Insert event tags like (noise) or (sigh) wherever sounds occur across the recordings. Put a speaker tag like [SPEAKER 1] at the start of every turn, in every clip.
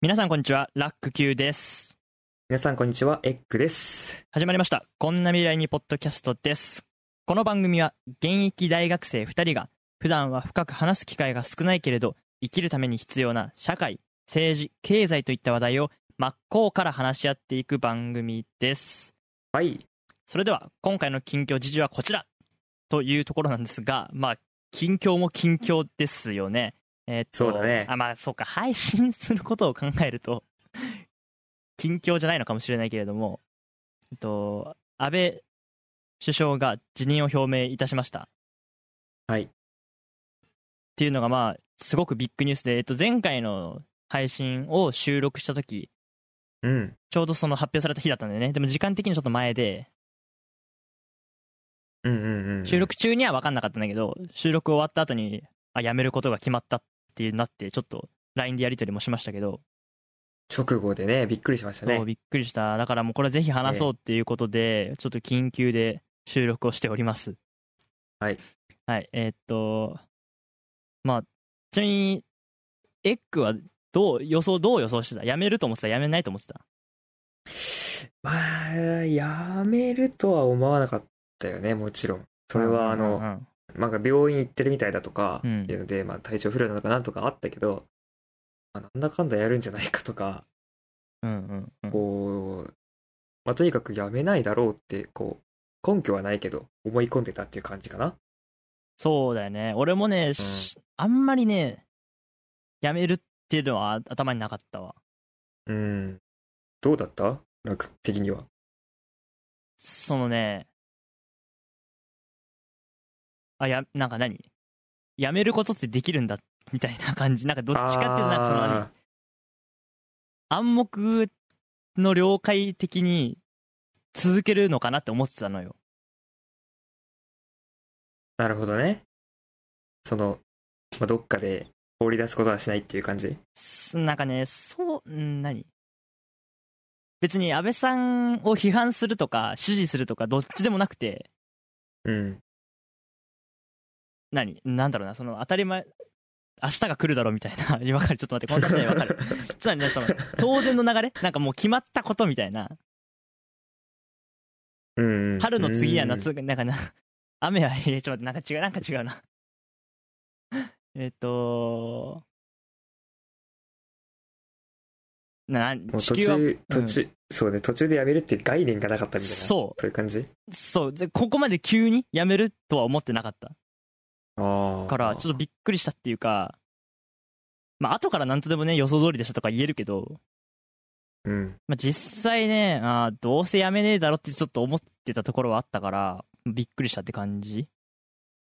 [SPEAKER 1] 皆さんこんにちは、ラック Q です。
[SPEAKER 2] 皆さん、こんにちは。エッグです。
[SPEAKER 1] 始まりました。こんな未来にポッドキャストです。この番組は現役大学生2人が普段は深く話す機会が少ないけれど、生きるために必要な社会、政治、経済といった話題を真っ向から話し合っていく番組です。
[SPEAKER 2] はい。
[SPEAKER 1] それでは今回の近況事情はこちらというところなんですが、まあ、近況も近況ですよね。えーっと
[SPEAKER 2] そうだね
[SPEAKER 1] あ、まあ、そうか、配信することを考えると、近況じゃないのかもしれないけれども、えっと、安倍首相が辞任を表明いたしました。
[SPEAKER 2] はい
[SPEAKER 1] っていうのが、まあ、すごくビッグニュースで、えっと、前回の配信を収録したとき、
[SPEAKER 2] うん。
[SPEAKER 1] ちょうどその発表された日だったんだよね。でも時間的にちょっと前で、
[SPEAKER 2] うんうんうん。
[SPEAKER 1] 収録中には分かんなかったんだけど収録終わった後にあやめることが決まったっていうなってちょっと LINE でやり取りもしましたけど、
[SPEAKER 2] 直後でね、びっくりしました
[SPEAKER 1] そう
[SPEAKER 2] ね。
[SPEAKER 1] びっくりしただからもうこれぜひ話そうっていうことで、ちょっと緊急で収録をしております
[SPEAKER 2] はい
[SPEAKER 1] はいえーっとまあちなみにエッグはどう予想どう予想してたやめると思ってたやめないと思ってた
[SPEAKER 2] まあ、やめるとは思わなかったよね、もちろん。それは、あ
[SPEAKER 1] う
[SPEAKER 2] の、
[SPEAKER 1] ん
[SPEAKER 2] なんか病院行ってるみたいだとか、
[SPEAKER 1] う
[SPEAKER 2] い
[SPEAKER 1] ん
[SPEAKER 2] うので、まあ、体調不良なのかなんとかあったけど、まあ、なんだかんだやるんじゃないかとか、
[SPEAKER 1] うんうんうん
[SPEAKER 2] こう、まあ、とにかくやめないだろうって、こう、根拠はないけど、思い込んでたっていう感じかな。
[SPEAKER 1] そうだよね俺もね、しあんまりねやめるっていうのは頭になかったわ
[SPEAKER 2] うん。どうだった楽的には。
[SPEAKER 1] そのね、あ、や、なんか何やめることってできるんだ、みたいな感じ。なんかどっちかっていうと、なんかその何
[SPEAKER 2] あ
[SPEAKER 1] 暗黙の了解的に続けるのかなって思ってたのよ。
[SPEAKER 2] ーなるほどね。その、まあ、どっかで放り出すことはしないっていう感じ。
[SPEAKER 1] すなんかね、そう、ん何別に安倍さんを批判するとか、支持するとか、どっちでもなくて、
[SPEAKER 2] うん。
[SPEAKER 1] 何なんだろうな、その当たり前、明日が来るだろうみたいな。 (laughs) 今からちょっと待って、この例えわか
[SPEAKER 2] (laughs)
[SPEAKER 1] る。つまりね、その、当然の流れなんかもう決まったことみたいな。
[SPEAKER 2] うん。
[SPEAKER 1] 春の次や
[SPEAKER 2] うん。
[SPEAKER 1] 夏、なんかな、雨は、え、ちょっと待って、なんか違う、なんか違うな。 (laughs) えっと、な、
[SPEAKER 2] もう
[SPEAKER 1] 地
[SPEAKER 2] 途
[SPEAKER 1] 球は、
[SPEAKER 2] 中、
[SPEAKER 1] うん
[SPEAKER 2] 途中、そうね、途中でやめるっていう概念がなかったみたいな。う。
[SPEAKER 1] そ
[SPEAKER 2] そういう感じ
[SPEAKER 1] う、そう、でここまで急にやめるとは思ってなかった。
[SPEAKER 2] ああ。
[SPEAKER 1] から、ちょっとびっくりしたっていうか、まあ、後からなんとでもね、予想通りでしたとか言えるけど、
[SPEAKER 2] うん。
[SPEAKER 1] まあ、実際ねあーどうせやめねえだろってちょっと思ってたところはあったからびっくりしたって感じ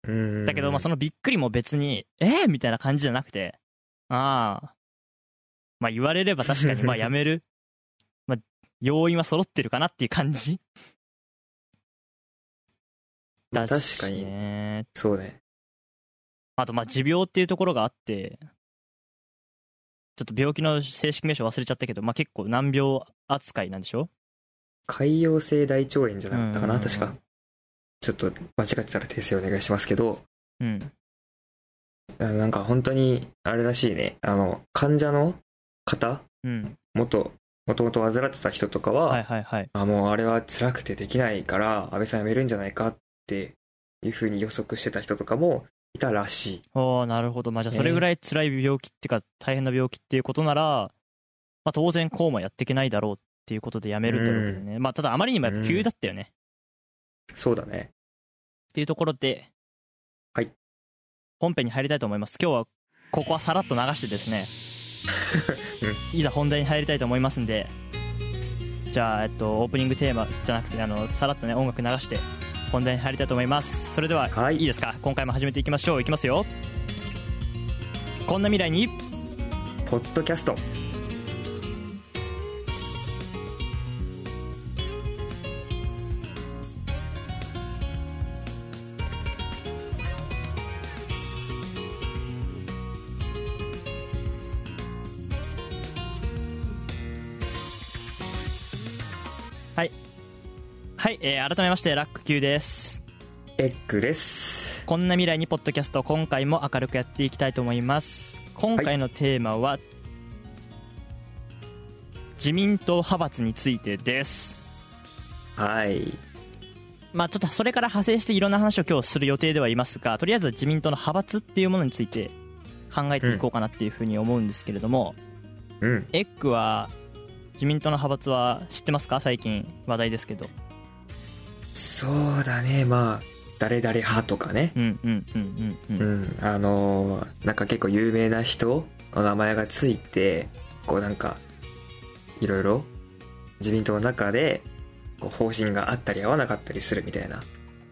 [SPEAKER 2] うん。
[SPEAKER 1] だけど、まあ、そ
[SPEAKER 2] の、
[SPEAKER 1] のびっくりも別にえー、みたいな感じじゃなくてああまあ言われれば確かにまあやめ
[SPEAKER 2] (laughs)
[SPEAKER 1] るまあ要因は揃ってるかなっていう感じ
[SPEAKER 2] ま
[SPEAKER 1] だ
[SPEAKER 2] あ確
[SPEAKER 1] し
[SPEAKER 2] かに。
[SPEAKER 1] ね
[SPEAKER 2] そうね。
[SPEAKER 1] あとまあ持病っていうところがあってちょっと病気の正式名称忘れちゃったけど、まあ、結構難病扱いなんでしょ
[SPEAKER 2] 潰瘍性大腸炎じゃなかったか
[SPEAKER 1] う
[SPEAKER 2] な、
[SPEAKER 1] ん
[SPEAKER 2] 確か。ちょっと間違ってたら訂正お願いしますけど、
[SPEAKER 1] うん
[SPEAKER 2] あなんか本当に、あれらしいね。あの、患者の方
[SPEAKER 1] うん
[SPEAKER 2] 元、もともと患ってた人とかは、
[SPEAKER 1] はいはいはい
[SPEAKER 2] あもうあれは辛くてできないから安倍さん辞めるんじゃないかっていうふうに予測してた人とかもいたらしい
[SPEAKER 1] ああなるほどまあじゃあ
[SPEAKER 2] ね
[SPEAKER 1] それぐらい辛い病気っていうか大変な病気っていうことなら、まあ、当然こうもやっていけないだろうっていうことでやめるんだろうけどね、まあただあまりにもやっぱ急だったよね、っ
[SPEAKER 2] そうだね
[SPEAKER 1] ていうところでは
[SPEAKER 2] はい
[SPEAKER 1] 本編に入りたいと思います今日はここはさらっと流してです
[SPEAKER 2] (laughs)
[SPEAKER 1] ね、いざ本題に入りたいと思いますんでじゃあ、えっと、オープニングテーマじゃなくてあのさらっとね音楽流して本題に入りたいと思いますそれでは
[SPEAKER 2] はい
[SPEAKER 1] いいですか今回も始めていきましょういきますよこんな未来に
[SPEAKER 2] ポッドキャスト
[SPEAKER 1] はい、えー改めましてラック Q です
[SPEAKER 2] エッグです
[SPEAKER 1] こんな未来にポッドキャスト今回も明るくやっていきたいと思います今回のテーマは、自民党派閥についてです
[SPEAKER 2] はい。
[SPEAKER 1] まあちょっとそれから派生していろんな話を今日する予定ではいますがとりあえず自民党の派閥っていうものについて考えていこうかなっていうふうに思うんですけれども、
[SPEAKER 2] うん。
[SPEAKER 1] エッグは自民党の派閥は知ってますか最近話題ですけど
[SPEAKER 2] そうだね。まあ、誰々派とかね。
[SPEAKER 1] うんうんうんうんう
[SPEAKER 2] うんん。あのーなんか結構有名な人の名前がついて、こうなんか、いろいろ自民党の中で、こう方針があったり合わなかったりするみたいな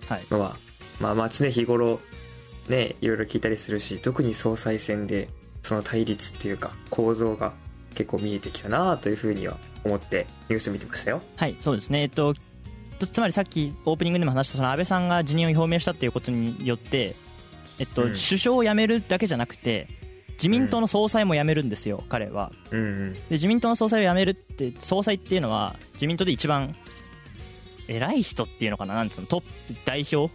[SPEAKER 1] はい
[SPEAKER 2] のは、まあまあ常日頃、ね、いろいろ聞いたりするし、特に総裁選で、その対立っていうか構造が結構見えてきたなというふうには思ってニュース見てましたよ。
[SPEAKER 1] はいそうですねえっとつまりさっきオープニングでも話したその安倍さんが辞任を表明したっていうことによってえっと、
[SPEAKER 2] うん
[SPEAKER 1] 首相を辞めるだけじゃなくて自民党の総裁も辞めるんですよ、彼は
[SPEAKER 2] うんうん。
[SPEAKER 1] で自民党の総裁を辞めるって総裁っていうのは自民党で一番偉い人っていうのかななんつうのトップ代表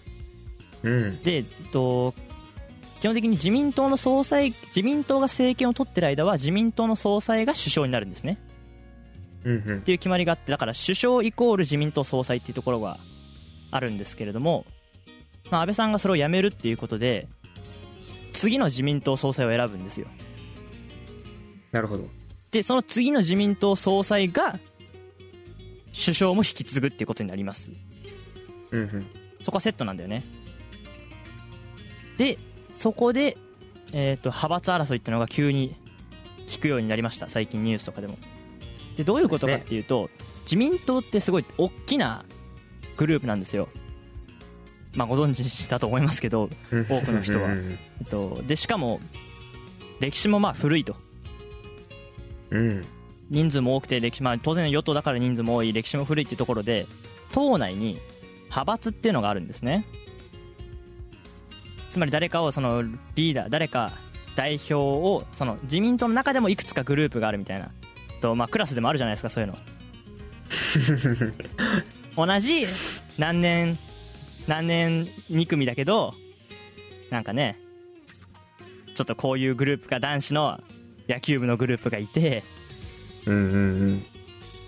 [SPEAKER 2] うん。
[SPEAKER 1] で、えっと、基本的に自民党の総裁自民党が政権を取ってる間は自民党の総裁が首相になるんですね
[SPEAKER 2] うんうん
[SPEAKER 1] っ。ていう決まりがあってだから首相イコール自民党総裁っていうところがあるんですけれども、まあ、安倍さんがそれを辞めるっていうことで次の自民党総裁を選ぶんですよ
[SPEAKER 2] なるほど。
[SPEAKER 1] でその次の自民党総裁が首相も引き継ぐっていうことになります
[SPEAKER 2] うんうん。
[SPEAKER 1] そこはセットなんだよねでそこで、えー、と派閥争いってのが急に聞くようになりました最近ニュースとかでもでどういうことかっていうと、自民党ってすごい大きなグループなんですよまあご存知だと思いますけど、多くの人は
[SPEAKER 2] うん
[SPEAKER 1] えっと、でしかも歴史もまあ古いと
[SPEAKER 2] うん。うん
[SPEAKER 1] 人数も多くて歴史、まあ、当然与党だから人数も多い歴史も古いっていうところで党内に派閥っていうのがあるんですねつまり誰かをそのリーダー誰か代表をその自民党の中でもいくつかグループがあるみたいなと、まあ、クラスでもあるじゃないですかそういうの同じ何年何年2組だけどなんかねちょっとこういうグループが男子の野球部のグループがいて
[SPEAKER 2] うんうん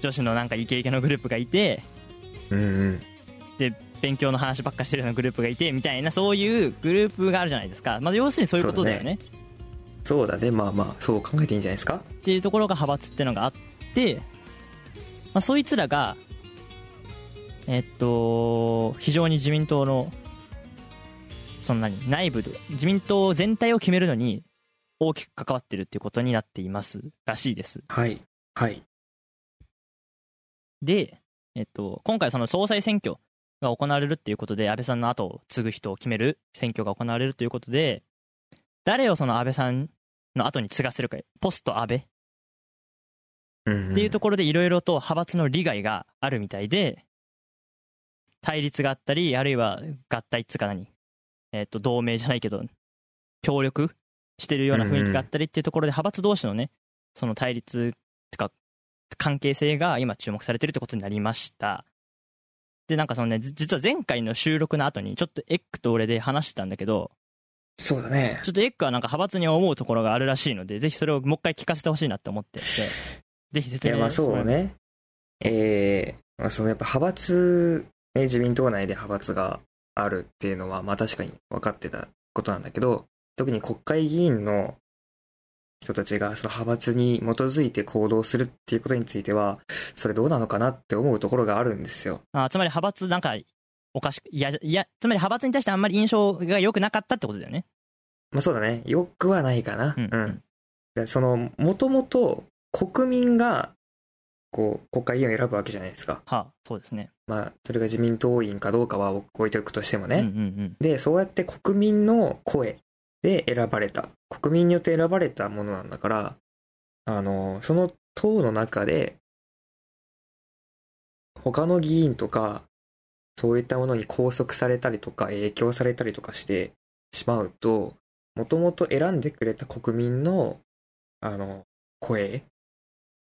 [SPEAKER 1] 女子のなんかイケイケのグループがいて
[SPEAKER 2] うん。うん
[SPEAKER 1] で勉強の話ばっかしてるようなグループがいてみたいなそういうグループがあるじゃないですか、まあ、要するにそういうことだよね
[SPEAKER 2] そうだね。まあまあ、そう考えていいんじゃないですか。
[SPEAKER 1] っていうところが派閥ってのがあって、まあ、そいつらがえっと非常に自民党のその何内部で自民党全体を決めるのに大きく関わってるっていうことになっていますらしいです
[SPEAKER 2] はい。はい。
[SPEAKER 1] で、えっと、今回その総裁選挙が行われるっていうことで安倍さんの後を継ぐ人を決める選挙が行われるということで誰をその安倍さんの後に継がせるかポスト安倍っ
[SPEAKER 2] うんん
[SPEAKER 1] ていうところでいろいろと派閥の利害があるみたいで対立があったりあるいは合体っつうか何、えっと、同盟じゃないけど協力してるような雰囲気があったりっていうところで派閥同士のねその対立ってか関係性が今注目されてるってことになりましたでなんかそのねじ実は前回の収録の後にちょっとエッグと俺で話したんだけど
[SPEAKER 2] そうだね。
[SPEAKER 1] ちょっとエッグはなんか派閥に思うところがあるらしいのでぜひそれをもう一回聞かせてほしいなって思っててぜひ
[SPEAKER 2] い
[SPEAKER 1] 説明
[SPEAKER 2] や、まあ
[SPEAKER 1] しても
[SPEAKER 2] そ
[SPEAKER 1] らえ
[SPEAKER 2] う
[SPEAKER 1] ます
[SPEAKER 2] ね。えーまあ、そのやっぱ派閥、ね、自民党内で派閥があるっていうのは、まあ確かに分かってたことなんだけど、特に国会議員の人たちがその派閥に基づいて行動するっていうことについては、それどうなのかなって思うところがあるんですよ。
[SPEAKER 1] あつまり派閥なんかおかしくいやいやつまり派閥に対してあんまり印象が良くなかったってことだよね
[SPEAKER 2] まあそうだね。よくはないかな。
[SPEAKER 1] うん
[SPEAKER 2] でその、もともと国民が、こう、国会議員を選ぶわけじゃないですか。
[SPEAKER 1] はあそうですね
[SPEAKER 2] まあ、それが自民党員かどうかは置いておくとしてもね。
[SPEAKER 1] うんうん
[SPEAKER 2] で、そうやって国民の声で選ばれた。国民によって選ばれたものなんだから、あの、その党の中で、他の議員とか、そういったものに拘束されたりとか、影響されたりとかしてしまうと、もともと選んでくれた国民の、あの、声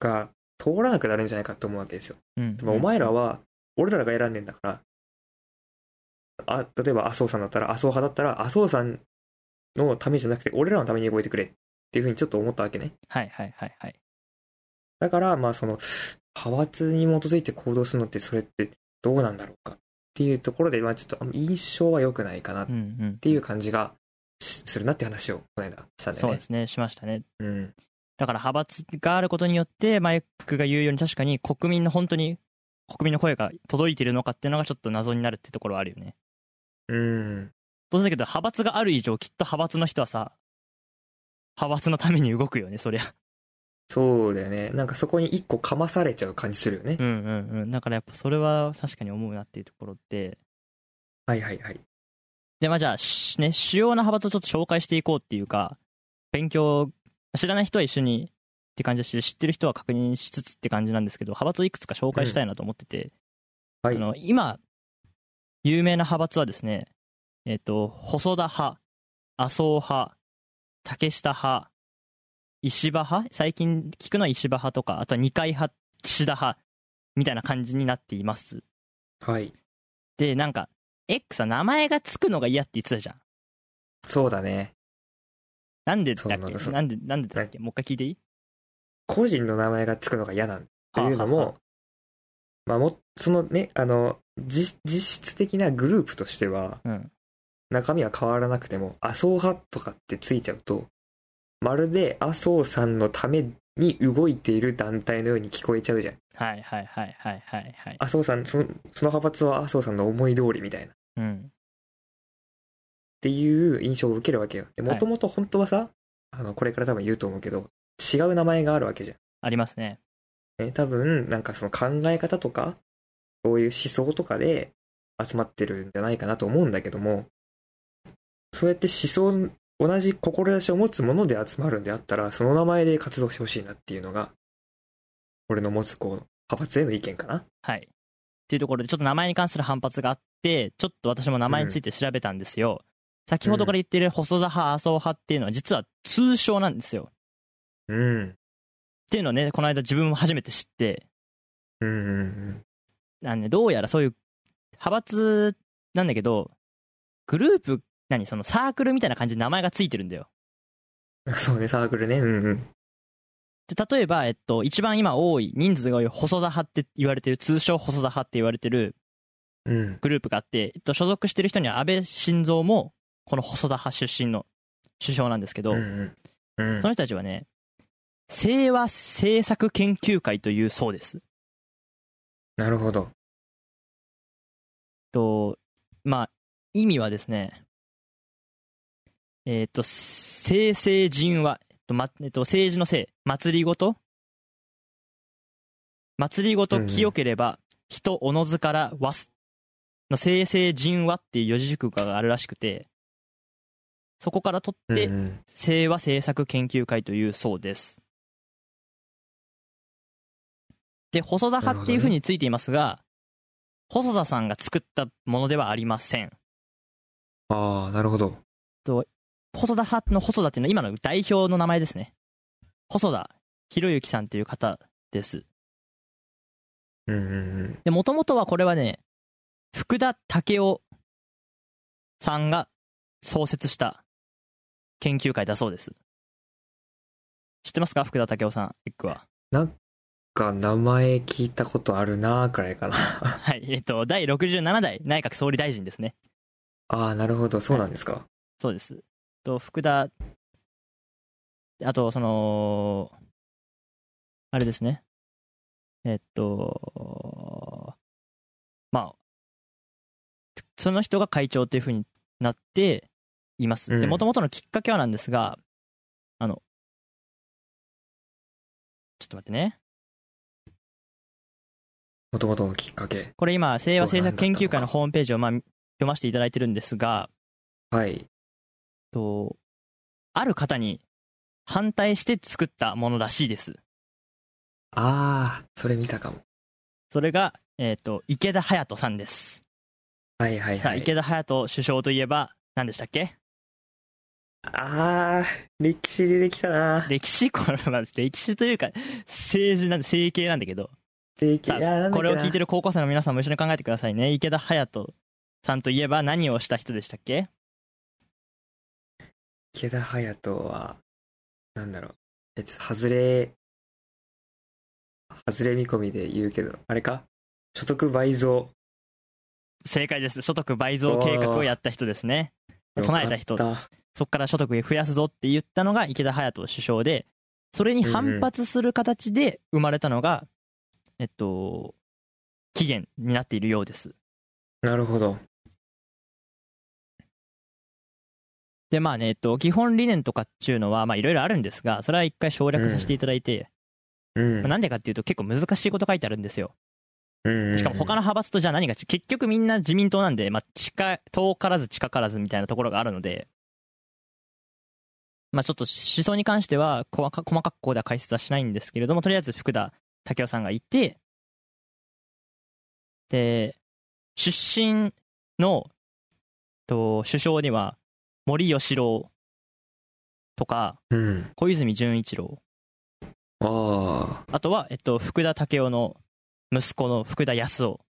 [SPEAKER 2] が通らなくなるんじゃないかと思うわけですよ。
[SPEAKER 1] うんうん
[SPEAKER 2] でもお前らは、俺らが選んでんだから、あ、例えば麻生さんだったら、麻生派だったら、麻生さんのためじゃなくて、俺らのために動いてくれっていうふうにちょっと思ったわけね。
[SPEAKER 1] はいはいはいはい
[SPEAKER 2] だから、まあその、派閥に基づいて行動するのってそれってどうなんだろうかっていうところで、まあちょっとあの印象は良くないかなっ
[SPEAKER 1] うんうん
[SPEAKER 2] ていう感じがしするなって話をこの間したんだ
[SPEAKER 1] そ
[SPEAKER 2] よ
[SPEAKER 1] う
[SPEAKER 2] ね
[SPEAKER 1] で。すねしましたね
[SPEAKER 2] うん。
[SPEAKER 1] だから派閥があることによってマイクが言うように確かに国民の本当に国民の声が届いてるのかっていうのがちょっと謎になるってところはあるよね
[SPEAKER 2] うん。
[SPEAKER 1] 当然だけど派閥がある以上きっと派閥の人はさ派閥のために動くよねそりゃ
[SPEAKER 2] そうだよね。なんかそこに一個かまされちゃう感じするよね。
[SPEAKER 1] うんうんうんだからやっぱそれは確かに思うなっていうところで
[SPEAKER 2] はいはいはい。
[SPEAKER 1] でまあじゃあしね主要な派閥をちょっと紹介していこうっていうか勉強知らない人は一緒にって感じだし知ってる人は確認しつつって感じなんですけど派閥をいくつか紹介したいなと思ってて、
[SPEAKER 2] はい
[SPEAKER 1] あの今有名な派閥はですねえっ、と細田派麻生派竹下派石破派最近聞くのは石破派とかあとは二階派岸田派みたいな感じになっています
[SPEAKER 2] はい。
[SPEAKER 1] でなんか X は名前がつくのが嫌って言ってたじゃん
[SPEAKER 2] そうだね。
[SPEAKER 1] なんでだっ
[SPEAKER 2] そうなんで
[SPEAKER 1] け
[SPEAKER 2] す
[SPEAKER 1] なんでなんでだっけもう一回聞いていい
[SPEAKER 2] 個人の名前がつくのが嫌なんだというのも、
[SPEAKER 1] はあは
[SPEAKER 2] まあも、そのね、あの、実実質的なグループとしては、
[SPEAKER 1] うん
[SPEAKER 2] 中身は変わらなくても、麻生派とかってついちゃうと、まるで麻生さんのために動いている団体のように聞こえちゃうじゃん。
[SPEAKER 1] はいはいはいはいはいはい
[SPEAKER 2] 麻生さん、そのその派閥は麻生さんの思い通りみたいな。
[SPEAKER 1] うん
[SPEAKER 2] っていう印象を受けるわけよ。
[SPEAKER 1] は
[SPEAKER 2] も
[SPEAKER 1] い
[SPEAKER 2] ともと本当はさ、あの、これから多分言うと思うけど、違う名前があるわけじゃん。
[SPEAKER 1] ありますね
[SPEAKER 2] ね、多分、なんかその考え方とか、そういう思想とかで集まってるんじゃないかなと思うんだけども、そうやって思想、同じ志を持つもので集まるんであったら、その名前で活動してほしいなっていうのが、俺の持つ、こう、派閥への意見かな。
[SPEAKER 1] はいっていうところでちょっと名前に関する反発があってちょっと私も名前について調べたんですよ、先ほどから言ってる細田派麻生派っていうのは実は通称なんですよっ
[SPEAKER 2] うん。
[SPEAKER 1] ていうのをねこの間自分も初めて知って
[SPEAKER 2] うんうんうん。
[SPEAKER 1] あのねどうやらそういう派閥なんだけどグループ何そのサークルみたいな感じで名前がついてるんだよ
[SPEAKER 2] そうね、サークルね。うんうん。
[SPEAKER 1] で例えば、えっと、一番今多い人数が多い細田派って言われてる通称細田派って言われてる
[SPEAKER 2] うん。
[SPEAKER 1] グループがあって、えっと、所属してる人には安倍晋三もこの細田派出身の首相なんですけど、
[SPEAKER 2] うんうん。うん
[SPEAKER 1] その人たちはね清和政策研究会というそうです
[SPEAKER 2] なるほど。
[SPEAKER 1] とまあ意味はですねえっと政政人和、えっとまえっと、政治の政祭りごと祭りごと清ければ人おのずからわすの政政人和っていう四字熟語があるらしくてそこから取って
[SPEAKER 2] うんうん
[SPEAKER 1] 清和政策研究会というそうですで細田派っていうふうについていますが、細田さんが作ったものではありません
[SPEAKER 2] ああ、なるほど。
[SPEAKER 1] 細田派の細田っていうのは今の代表の名前ですね細田博之さんという方です
[SPEAKER 2] うんうん
[SPEAKER 1] で元々はこれはね福田武雄さんが創設した研究会だそうです知ってますか福田武雄さんエッグは
[SPEAKER 2] か、名前聞いたことあるなーくらいかな。
[SPEAKER 1] はい、えっと、第67代内閣総理大臣ですね。
[SPEAKER 2] ああ、なるほど。そうなんですか。
[SPEAKER 1] そうです。と、福田、あと、その、あれですね。えっと、まあ、その人が会長というふうになっています。
[SPEAKER 2] う
[SPEAKER 1] で、
[SPEAKER 2] ん
[SPEAKER 1] もともとのきっかけはなんですが、あの、ちょっと待ってね。
[SPEAKER 2] もともとのきっかけ。
[SPEAKER 1] これ今、清和政策研究会の
[SPEAKER 2] どうなんだったのか
[SPEAKER 1] ホームページを、まあ、読ませていただいてるんですが、
[SPEAKER 2] はい。
[SPEAKER 1] と、ある方に反対して作ったものらしいです。
[SPEAKER 2] ああ、それ見たかも。
[SPEAKER 1] それが、えっ、と、池田隼人さんです。
[SPEAKER 2] はいはい
[SPEAKER 1] さ
[SPEAKER 2] は
[SPEAKER 1] あ、
[SPEAKER 2] い。
[SPEAKER 1] 池田隼人首相といえば、何でしたっけ
[SPEAKER 2] ああ、歴史出てきたな。
[SPEAKER 1] 歴史これは歴史というか、政治なんで、政経なんだけど、
[SPEAKER 2] 歴史
[SPEAKER 1] さあ
[SPEAKER 2] いやーなんだっけな
[SPEAKER 1] これを聞いてる高校生の皆さんも一緒に考えてくださいね。池田隼人さんといえば何をした人でしたっけ
[SPEAKER 2] 池田隼人は、なんだろう。え、ちょっと外れ、外れ見込みで言うけど、あれか所得倍増。
[SPEAKER 1] 正解です。所得倍増計画をやった人ですね。唱えた人
[SPEAKER 2] よかった
[SPEAKER 1] そこから所得増やすぞって言ったのが池田隼人首相で、それに反発する形で生まれたのが、えっと、期限になっているようです。
[SPEAKER 2] なるほど。
[SPEAKER 1] で、まあね、えっと、基本理念とかっていうのは、まあいろいろあるんですが、それは一回省略させていただいて、
[SPEAKER 2] うん。
[SPEAKER 1] まあな、んでかっていうと結構難しいこと書いてあるんですよ。
[SPEAKER 2] うんうん、
[SPEAKER 1] しかも他の派閥とじゃあ何が違う結局みんな自民党なんで、まあ、近い遠からず近からずみたいなところがあるので、まあ、ちょっと思想に関しては細か細かくここでは解説はしないんですけれどもとりあえず福田武雄さんがいてで出身のと首相には森喜朗とか
[SPEAKER 2] うん。
[SPEAKER 1] 小泉純一郎
[SPEAKER 2] あ
[SPEAKER 1] あとは、えっと、福田武雄の息子の福田康夫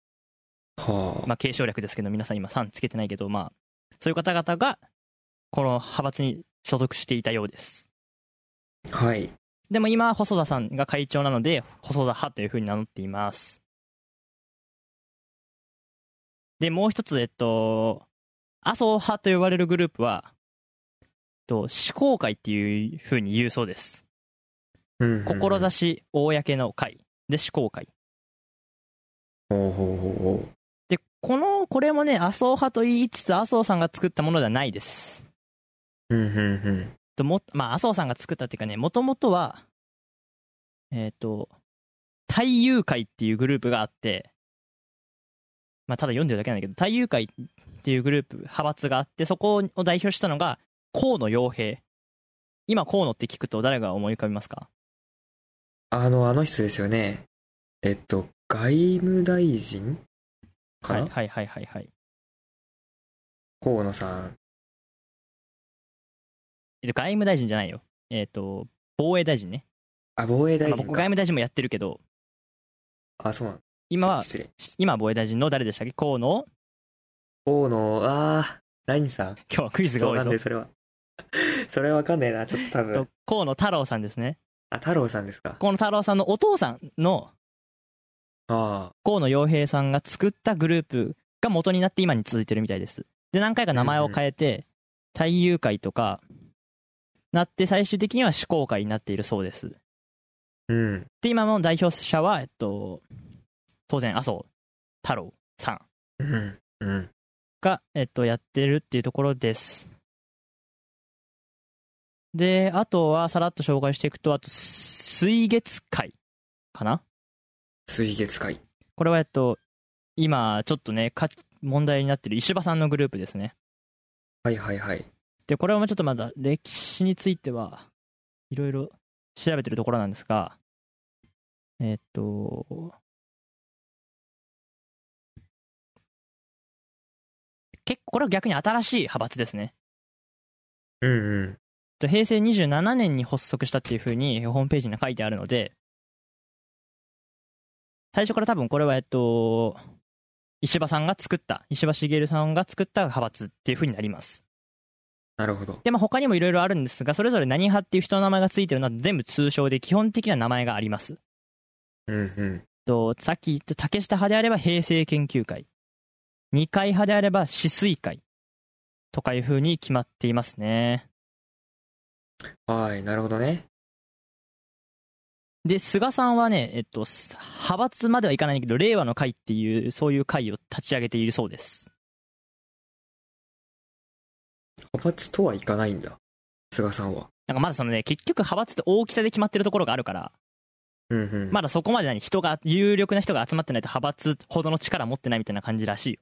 [SPEAKER 2] あ、はあ。
[SPEAKER 1] まあ、継承略ですけど、皆さん今、さんつけてないけど、まあ、そういう方々が、この派閥に所属していたようです。
[SPEAKER 2] はい。
[SPEAKER 1] でも今、細田さんが会長なので、細田派というふうに名乗っています。で、もう一つ、えっと、麻生派と呼ばれるグループは、えっと、志向会っていうふうに言うそうです。
[SPEAKER 2] うんうんうん。
[SPEAKER 1] 志、公の会。で、志向会。
[SPEAKER 2] ほうほうほうほ
[SPEAKER 1] で、この、これもね、麻生派と言いつつ、麻生さんが作ったものではないです。
[SPEAKER 2] う。うんうんうん。
[SPEAKER 1] ともまあ、麻生さんが作ったっていうかねもともとはえっ、と太友会っていうグループがあってまあただ読んでるだけなんだけど太友会っていうグループ派閥があってそこを代表したのが河野洋平今河野って聞くと誰が思い浮かびますか
[SPEAKER 2] あの、あの人ですよね。えっと、外務大臣か
[SPEAKER 1] は
[SPEAKER 2] ない
[SPEAKER 1] はいはいはいはい
[SPEAKER 2] 河野さん。
[SPEAKER 1] えっと外務大臣じゃないよえっ、と防衛大臣ね
[SPEAKER 2] あ、防衛大
[SPEAKER 1] まあ
[SPEAKER 2] 臣
[SPEAKER 1] 僕外
[SPEAKER 2] か。
[SPEAKER 1] 務大臣もやってるけど
[SPEAKER 2] あ、そうなの。
[SPEAKER 1] 今
[SPEAKER 2] (laughs)
[SPEAKER 1] は
[SPEAKER 2] 失礼。
[SPEAKER 1] 今防衛大臣の誰でしたっけ河野
[SPEAKER 2] 河野、ああ、何さん。
[SPEAKER 1] 今日はクイズが
[SPEAKER 2] そう
[SPEAKER 1] 多い
[SPEAKER 2] なん
[SPEAKER 1] ぞ
[SPEAKER 2] で、それは。 (laughs) それはわかんないな、ちょっと多
[SPEAKER 1] えっ
[SPEAKER 2] 分
[SPEAKER 1] と。河野太郎さんですね
[SPEAKER 2] あ、太郎さんですか。
[SPEAKER 1] 河野太郎さんのお父さんの
[SPEAKER 2] あ
[SPEAKER 1] 河野洋平さんが作ったグループが元になって今に続いてるみたいですで何回か名前を変えて太友会とかなって最終的には志向会になっているそうです
[SPEAKER 2] あ、うん。
[SPEAKER 1] で今の代表者はえっと当然麻生太郎さん
[SPEAKER 2] うん。うん。
[SPEAKER 1] が、えっと、やってるっていうところです。で、あとはさらっと紹介していくと、あと、水月会かな
[SPEAKER 2] 水月会。
[SPEAKER 1] これはえっと今ちょっとねか問題になってる石破さんのグループですね
[SPEAKER 2] はいはいはい。
[SPEAKER 1] でこれはちょっとまだ歴史についてはいろいろ調べてるところなんですがえっと結構これは逆に新しい派閥ですね
[SPEAKER 2] うんうん。
[SPEAKER 1] えっと平成27年に発足したっていうふうにホームページに書いてあるので最初から多分これはえっと石破さんが作った石破茂さんが作った派閥っていうふうになります
[SPEAKER 2] なるほど。
[SPEAKER 1] でまあ他にもいろいろあるんですがそれぞれ何派っていう人の名前がついてるのは全部通称で基本的な名前があります
[SPEAKER 2] うんうん。
[SPEAKER 1] とさっき言った竹下派であれば平成研究会二階派であれば止水会とかいうふうに決まっていますね
[SPEAKER 2] はい、なるほどね。
[SPEAKER 1] で、菅さんはね、えっと、す派閥まではいかないけど、令和の会っていう、そういう会を立ち上げているそうです。
[SPEAKER 2] 派閥とはいかないんだ。菅さんは。
[SPEAKER 1] なんかまだそのね、結局派閥って大きさで決まってるところがあるから、
[SPEAKER 2] うんうん。
[SPEAKER 1] まだそこまで何、人が、有力な人が集まってないと派閥ほどの力持ってないみたいな感じらしいよ。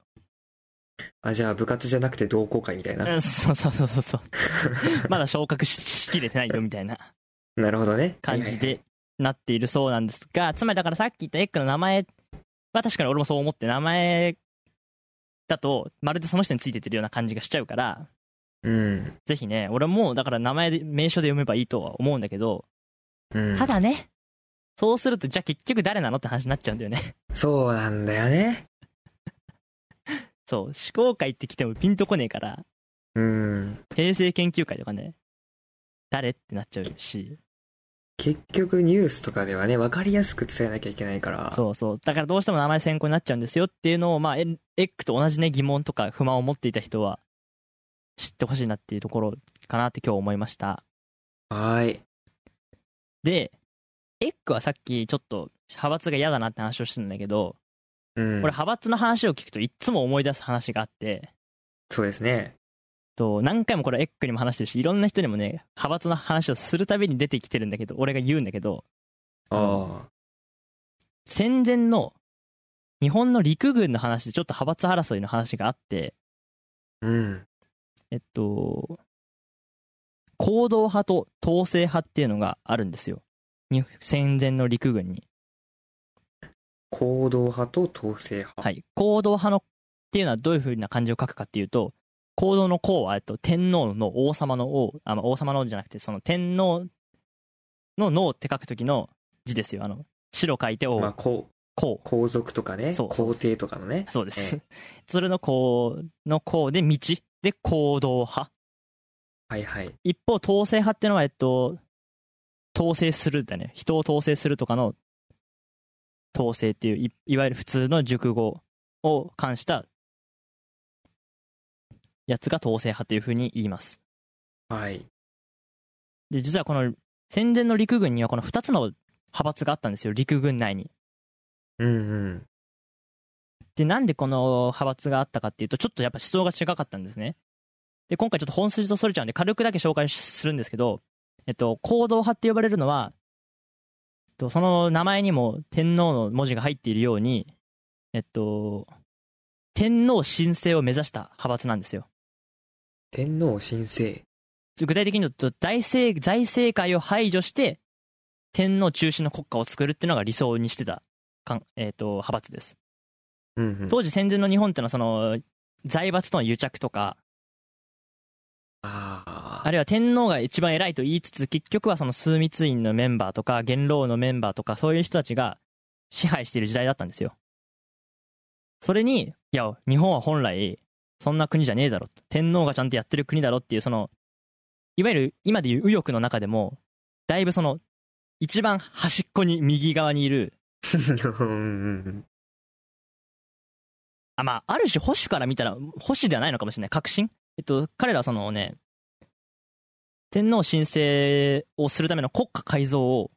[SPEAKER 2] あ、じゃあ部活じゃなくて同好会みたいな。
[SPEAKER 1] うんそうそうそうそうそう。まだ昇格ししきれてないよみたいな
[SPEAKER 2] なるほどね。
[SPEAKER 1] 感じ
[SPEAKER 2] はいはい
[SPEAKER 1] でなっているそうなんですが、つまりだからさっき言ったエッグの名前は確かに俺もそう思って、名前だと、まるでその人についてってるような感じがしちゃうから、
[SPEAKER 2] はい。うん。
[SPEAKER 1] ぜひね、俺もだから名前で、名称で読めばいいとは思うんだけど、
[SPEAKER 2] うん。
[SPEAKER 1] ただね、そうすると、じゃあ結局誰なのって話になっちゃうんだよね。 (laughs)
[SPEAKER 2] そうなんだよね。
[SPEAKER 1] そう、思考会って来てもピンとこねえから、
[SPEAKER 2] うん。
[SPEAKER 1] 平成研究会とかね、誰ってなっちゃうし、
[SPEAKER 2] 結局ニュースとかではね、わかりやすく伝えなきゃいけないから、
[SPEAKER 1] そうそう。だからどうしても名前先行になっちゃうんですよっていうのを、まあ、エエッグと同じね、疑問とか不満を持っていた人は、知ってほしいなっていうところかなって今日思いました。
[SPEAKER 2] はーい。
[SPEAKER 1] で、エッグはさっきちょっと派閥が嫌だなって話をしてたんだけど、
[SPEAKER 2] うん。
[SPEAKER 1] これ派閥の話を聞くといっつも思い出す話があって、
[SPEAKER 2] そうですね。
[SPEAKER 1] と何回もこれエッグにも話してるし、いろんな人にもね、派閥の話をするたびに出てきてるんだけど、俺が言うんだけど、
[SPEAKER 2] あ
[SPEAKER 1] 戦前の日本の陸軍の話でちょっと派閥争いの話があって、
[SPEAKER 2] あ。うん。
[SPEAKER 1] えっと、行動派と統制派っていうのがあるんですよ。に戦前の陸軍に。
[SPEAKER 2] 行動派と統制派。
[SPEAKER 1] はい。行動派のっていうのはどういうふうな漢字を書くかっていうと、行動の行は、えっと、天皇の王様の王、あ、まあ、王様の王じゃなくて、その天皇の脳って書くときの字ですよ。あの、白書いて王、
[SPEAKER 2] まあ、こう
[SPEAKER 1] こう。
[SPEAKER 2] 皇族とかね、
[SPEAKER 1] そうそう
[SPEAKER 2] 皇帝とかのね。
[SPEAKER 1] そうです。
[SPEAKER 2] え
[SPEAKER 1] (laughs) それのこう、のこうで道で行動派。
[SPEAKER 2] はいはい。
[SPEAKER 1] 一方統制派ってのはえっと統制するだね人を統制するとかの統制っていういいわゆる普通の熟語を冠したやつが統制派というふうに言います
[SPEAKER 2] はい。
[SPEAKER 1] で実はこの戦前の陸軍にはこの2つの派閥があったんですよ陸軍内に
[SPEAKER 2] うんうん。
[SPEAKER 1] でなんでこの派閥があったかっていうとちょっとやっぱ思想が違かったんですねで今回ちょっと本筋とそれちゃうんで軽くだけ紹介するんですけど、えっと、行動派って呼ばれるのはえっとその名前にも天皇の文字が入っているようにえっと天皇神聖を目指した派閥なんですよ
[SPEAKER 2] 天皇神聖。
[SPEAKER 1] 具体的に言うと財政財政界を排除して天皇中心の国家を作るっていうのが理想にしてたかん、えっと派閥です
[SPEAKER 2] うんうん。
[SPEAKER 1] 当時戦前の日本ってのはその財閥との癒着とか
[SPEAKER 2] ああ。
[SPEAKER 1] あるいは天皇が一番偉いと言いつつ結局はその枢密院のメンバーとか元老のメンバーとかそういう人たちが支配している時代だったんですよそれにいや日本は本来そんな国じゃねえだろと天皇がちゃんとやってる国だろっていうそのいわゆる今でいう右翼の中でもだいぶその一番端っこに右側にいる
[SPEAKER 2] (laughs) うんうん
[SPEAKER 1] あ、まあ、ある種保守から見たら、保守ではないのかもしれない。革新えっと、彼らはそのね、天皇申請をするための国家改造を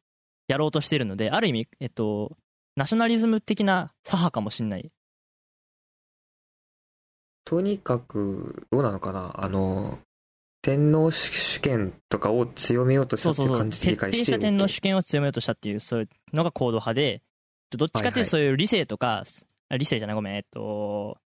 [SPEAKER 1] やろうとしているので、ある意味、えっと、ナショナリズム的な左派かもしれない。
[SPEAKER 2] とにかく、どうなのかなあの、天皇主権とかを強めようとし
[SPEAKER 1] そ
[SPEAKER 2] た
[SPEAKER 1] う
[SPEAKER 2] っ
[SPEAKER 1] そ
[SPEAKER 2] ていう
[SPEAKER 1] そ
[SPEAKER 2] う
[SPEAKER 1] う。
[SPEAKER 2] 感じで
[SPEAKER 1] 徹
[SPEAKER 2] 理
[SPEAKER 1] 底
[SPEAKER 2] 解
[SPEAKER 1] し
[SPEAKER 2] して
[SPEAKER 1] た天皇
[SPEAKER 2] OK
[SPEAKER 1] 主権を強めようとしたっていう、そういうのが行動派で、どっちかと
[SPEAKER 2] はいいうは
[SPEAKER 1] と
[SPEAKER 2] い
[SPEAKER 1] そういう理性とか、あ理性じゃない、ごめん、えっと、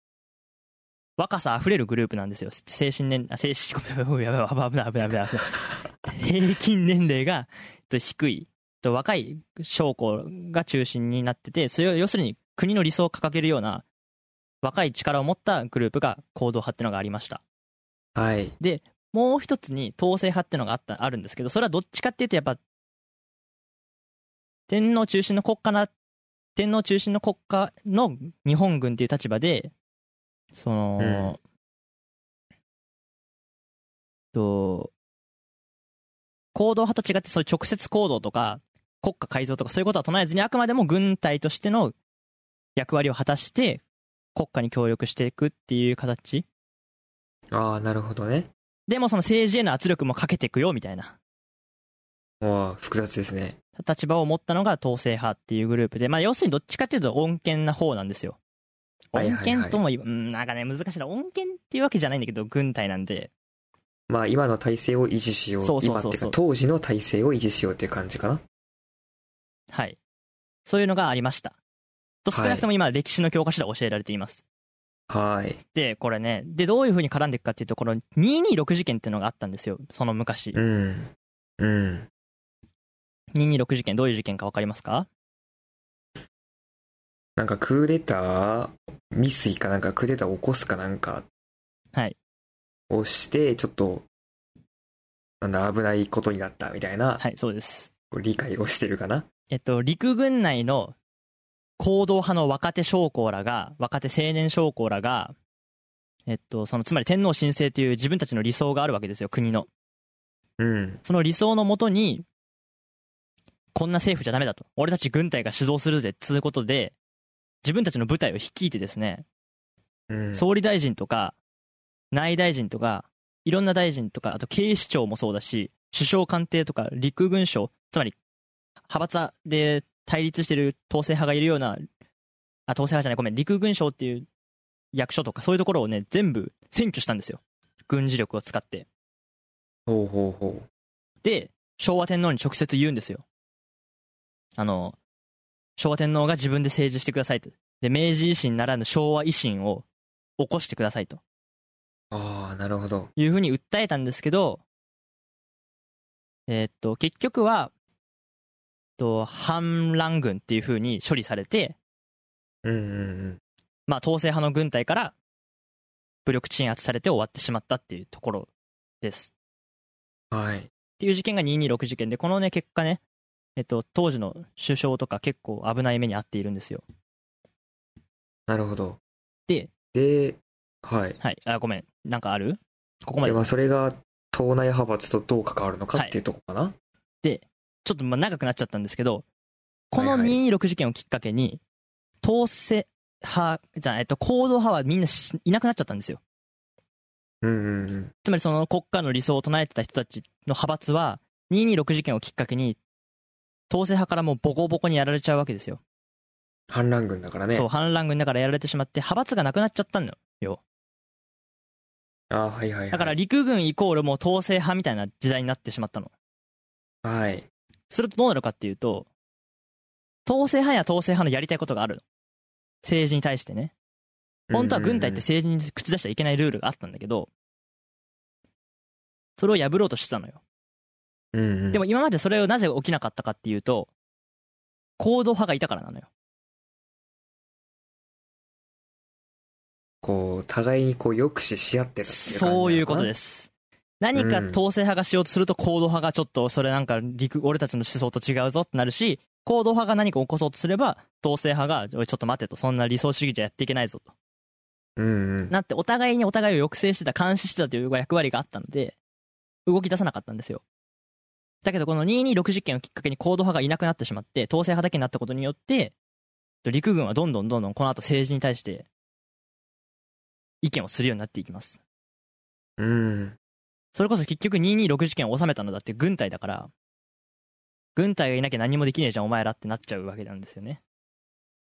[SPEAKER 1] 若さあふれるグループなんですよ。精神年、あ精神、ごめん、やばい、やばい、危ない、危ない、危ない。危ない平均年齢がえっと低いと若い将校が中心になっててそれを要するに国の理想を掲げるような若い力を持ったグループが行動派っていうのがありました
[SPEAKER 2] はい。
[SPEAKER 1] もう一つに統制派っていうのがあったあるんですけどそれはどっちかっていうとやっぱ天皇中心の国家な天皇中心の国家の日本軍っていう立場でその、と行動派と違ってそういう直接行動とか国家改造とかそういうことは唱えずにあくまでも軍隊としての役割を果たして国家に協力していくっていう形
[SPEAKER 2] ああ、なるほどね。
[SPEAKER 1] でもその政治への圧力もかけていくよみたいな
[SPEAKER 2] わあ、複雑ですね。
[SPEAKER 1] 立場を持ったのが統制派っていうグループで、まあ、要するにどっちかっていうと穏健な方なんですよ。
[SPEAKER 2] はいは
[SPEAKER 1] 穏
[SPEAKER 2] いはい
[SPEAKER 1] 健とも言う、うん、なんかね、難しいな。穏健っていうわけじゃないんだけど、軍隊なんで。
[SPEAKER 2] まあ、今の体制を維持しよう。
[SPEAKER 1] そうそうそうそう
[SPEAKER 2] 今っていうか、当時の体制を維持しようっていう感じかな。
[SPEAKER 1] はい。そういうのがありました。と、少なくとも今、歴史の教科書で教えられています。
[SPEAKER 2] はーい。
[SPEAKER 1] で、これね、で、どういうふうに絡んでいくかっていうと、この226事件っていうのがあったんですよ。その昔
[SPEAKER 2] う。ん。うん。
[SPEAKER 1] 226事件、どういう事件かわかりますか
[SPEAKER 2] なんかクーデター未遂かなんかクーデターを起こすかなんか
[SPEAKER 1] はい
[SPEAKER 2] をしてちょっとなんだ危ないことになったみたいな
[SPEAKER 1] はい、そうです。
[SPEAKER 2] 理解をしてるかな、
[SPEAKER 1] えっと、陸軍内の行動派の若手将校らが、若手青年将校らが、えっと、その、つまり天皇神聖という自分たちの理想があるわけですよ、国の。
[SPEAKER 2] うん
[SPEAKER 1] その理想のもとに、こんな政府じゃダメだと。俺たち軍隊が主導するぜ、つうことで、自分たちの部隊を率いてですね、
[SPEAKER 2] うん、
[SPEAKER 1] 総理大臣とか、内大臣とか、いろんな大臣とか、あと警視庁もそうだし、首相官邸とか陸軍省、つまり、派閥で対立してる統制派がいるような、あ、統制派じゃない、ごめん、陸軍省っていう役所とか、そういうところをね、全部占拠したんですよ。軍事力を使って。
[SPEAKER 2] ほうほうほ
[SPEAKER 1] で、昭和天皇に直接言うんですよ。あの、昭和天皇が自分で政治してくださいと。で、明治維新ならぬ昭和維新を起こしてくださいと
[SPEAKER 2] う。ああ、なるほど。
[SPEAKER 1] いうふうに訴えたんですけど、えーっと、結局は、えっと、反乱軍っていうふうに処理されて、
[SPEAKER 2] うんうん
[SPEAKER 1] まあ、統制派の軍隊から武力鎮圧されて終わってしまったっていうところです。
[SPEAKER 2] うん。はい。
[SPEAKER 1] っていう事件が226事件で、このね、結果ね、えっと、当時の首相とか結構危ない目に遭っているんですよ。
[SPEAKER 2] なるほど。
[SPEAKER 1] で、
[SPEAKER 2] で、はい。
[SPEAKER 1] はい、あ、ごめん、なんかあるここま
[SPEAKER 2] で
[SPEAKER 1] で。
[SPEAKER 2] はそれが党内派閥とどう関わるのか
[SPEAKER 1] はい
[SPEAKER 2] っていうとこかな、
[SPEAKER 1] ちょっとまあ長くなっちゃったんですけど、この
[SPEAKER 2] はいはい
[SPEAKER 1] 226事件をきっかけに、統制派、じゃないえっと、行動派はみんなしいなくなっちゃったんですよ。
[SPEAKER 2] うんうんうん。
[SPEAKER 1] つまりその国家の理想を唱えてた人たちの派閥は、226事件をきっかけに、統制派からもうボコボコにやられちゃうわけですよ。
[SPEAKER 2] 反乱軍だからね。
[SPEAKER 1] そう、反乱軍だからやられてしまって、派閥がなくなっちゃったのよ。
[SPEAKER 2] ああ、はいはいはい。
[SPEAKER 1] だから、陸軍イコールもう統制派みたいな時代になってしまったの。
[SPEAKER 2] はい。
[SPEAKER 1] するとどうなるかっていうと、統制派や統制派のやりたいことがあるの。政治に対してね。本当は軍隊って政治に口出しちゃいけないルールがあったんだけど、それを破ろうとしてたのよ。
[SPEAKER 2] うんうん、うんうん
[SPEAKER 1] でも今までそれをなぜ起きなかったかっていうと、行動派がいたからなのよ。
[SPEAKER 2] こう、互いにこう、抑止し合ってたっていう感じなのかな
[SPEAKER 1] そういうことです。何か統制派がしようとすると行動派がちょっとそれなんか陸俺たちの思想と違うぞってなるし行動派が何か起こそうとすれば統制派がおいちょっと待てとそんな理想主義じゃやっていけないぞと
[SPEAKER 2] うんうん。
[SPEAKER 1] なってお互いにお互いを抑制してた監視してたという役割があったので動き出さなかったんですよだけどこの226事件をきっかけに行動派がいなくなってしまって統制派だけになったことによって陸軍はどんどんどんどんこの後政治に対して意見をするようになっていきます
[SPEAKER 2] うん。
[SPEAKER 1] それこそ結局226事件を収めたのだって軍隊だから、軍隊がいなきゃ何もできねえじゃんお前らってなっちゃうわけなんですよね。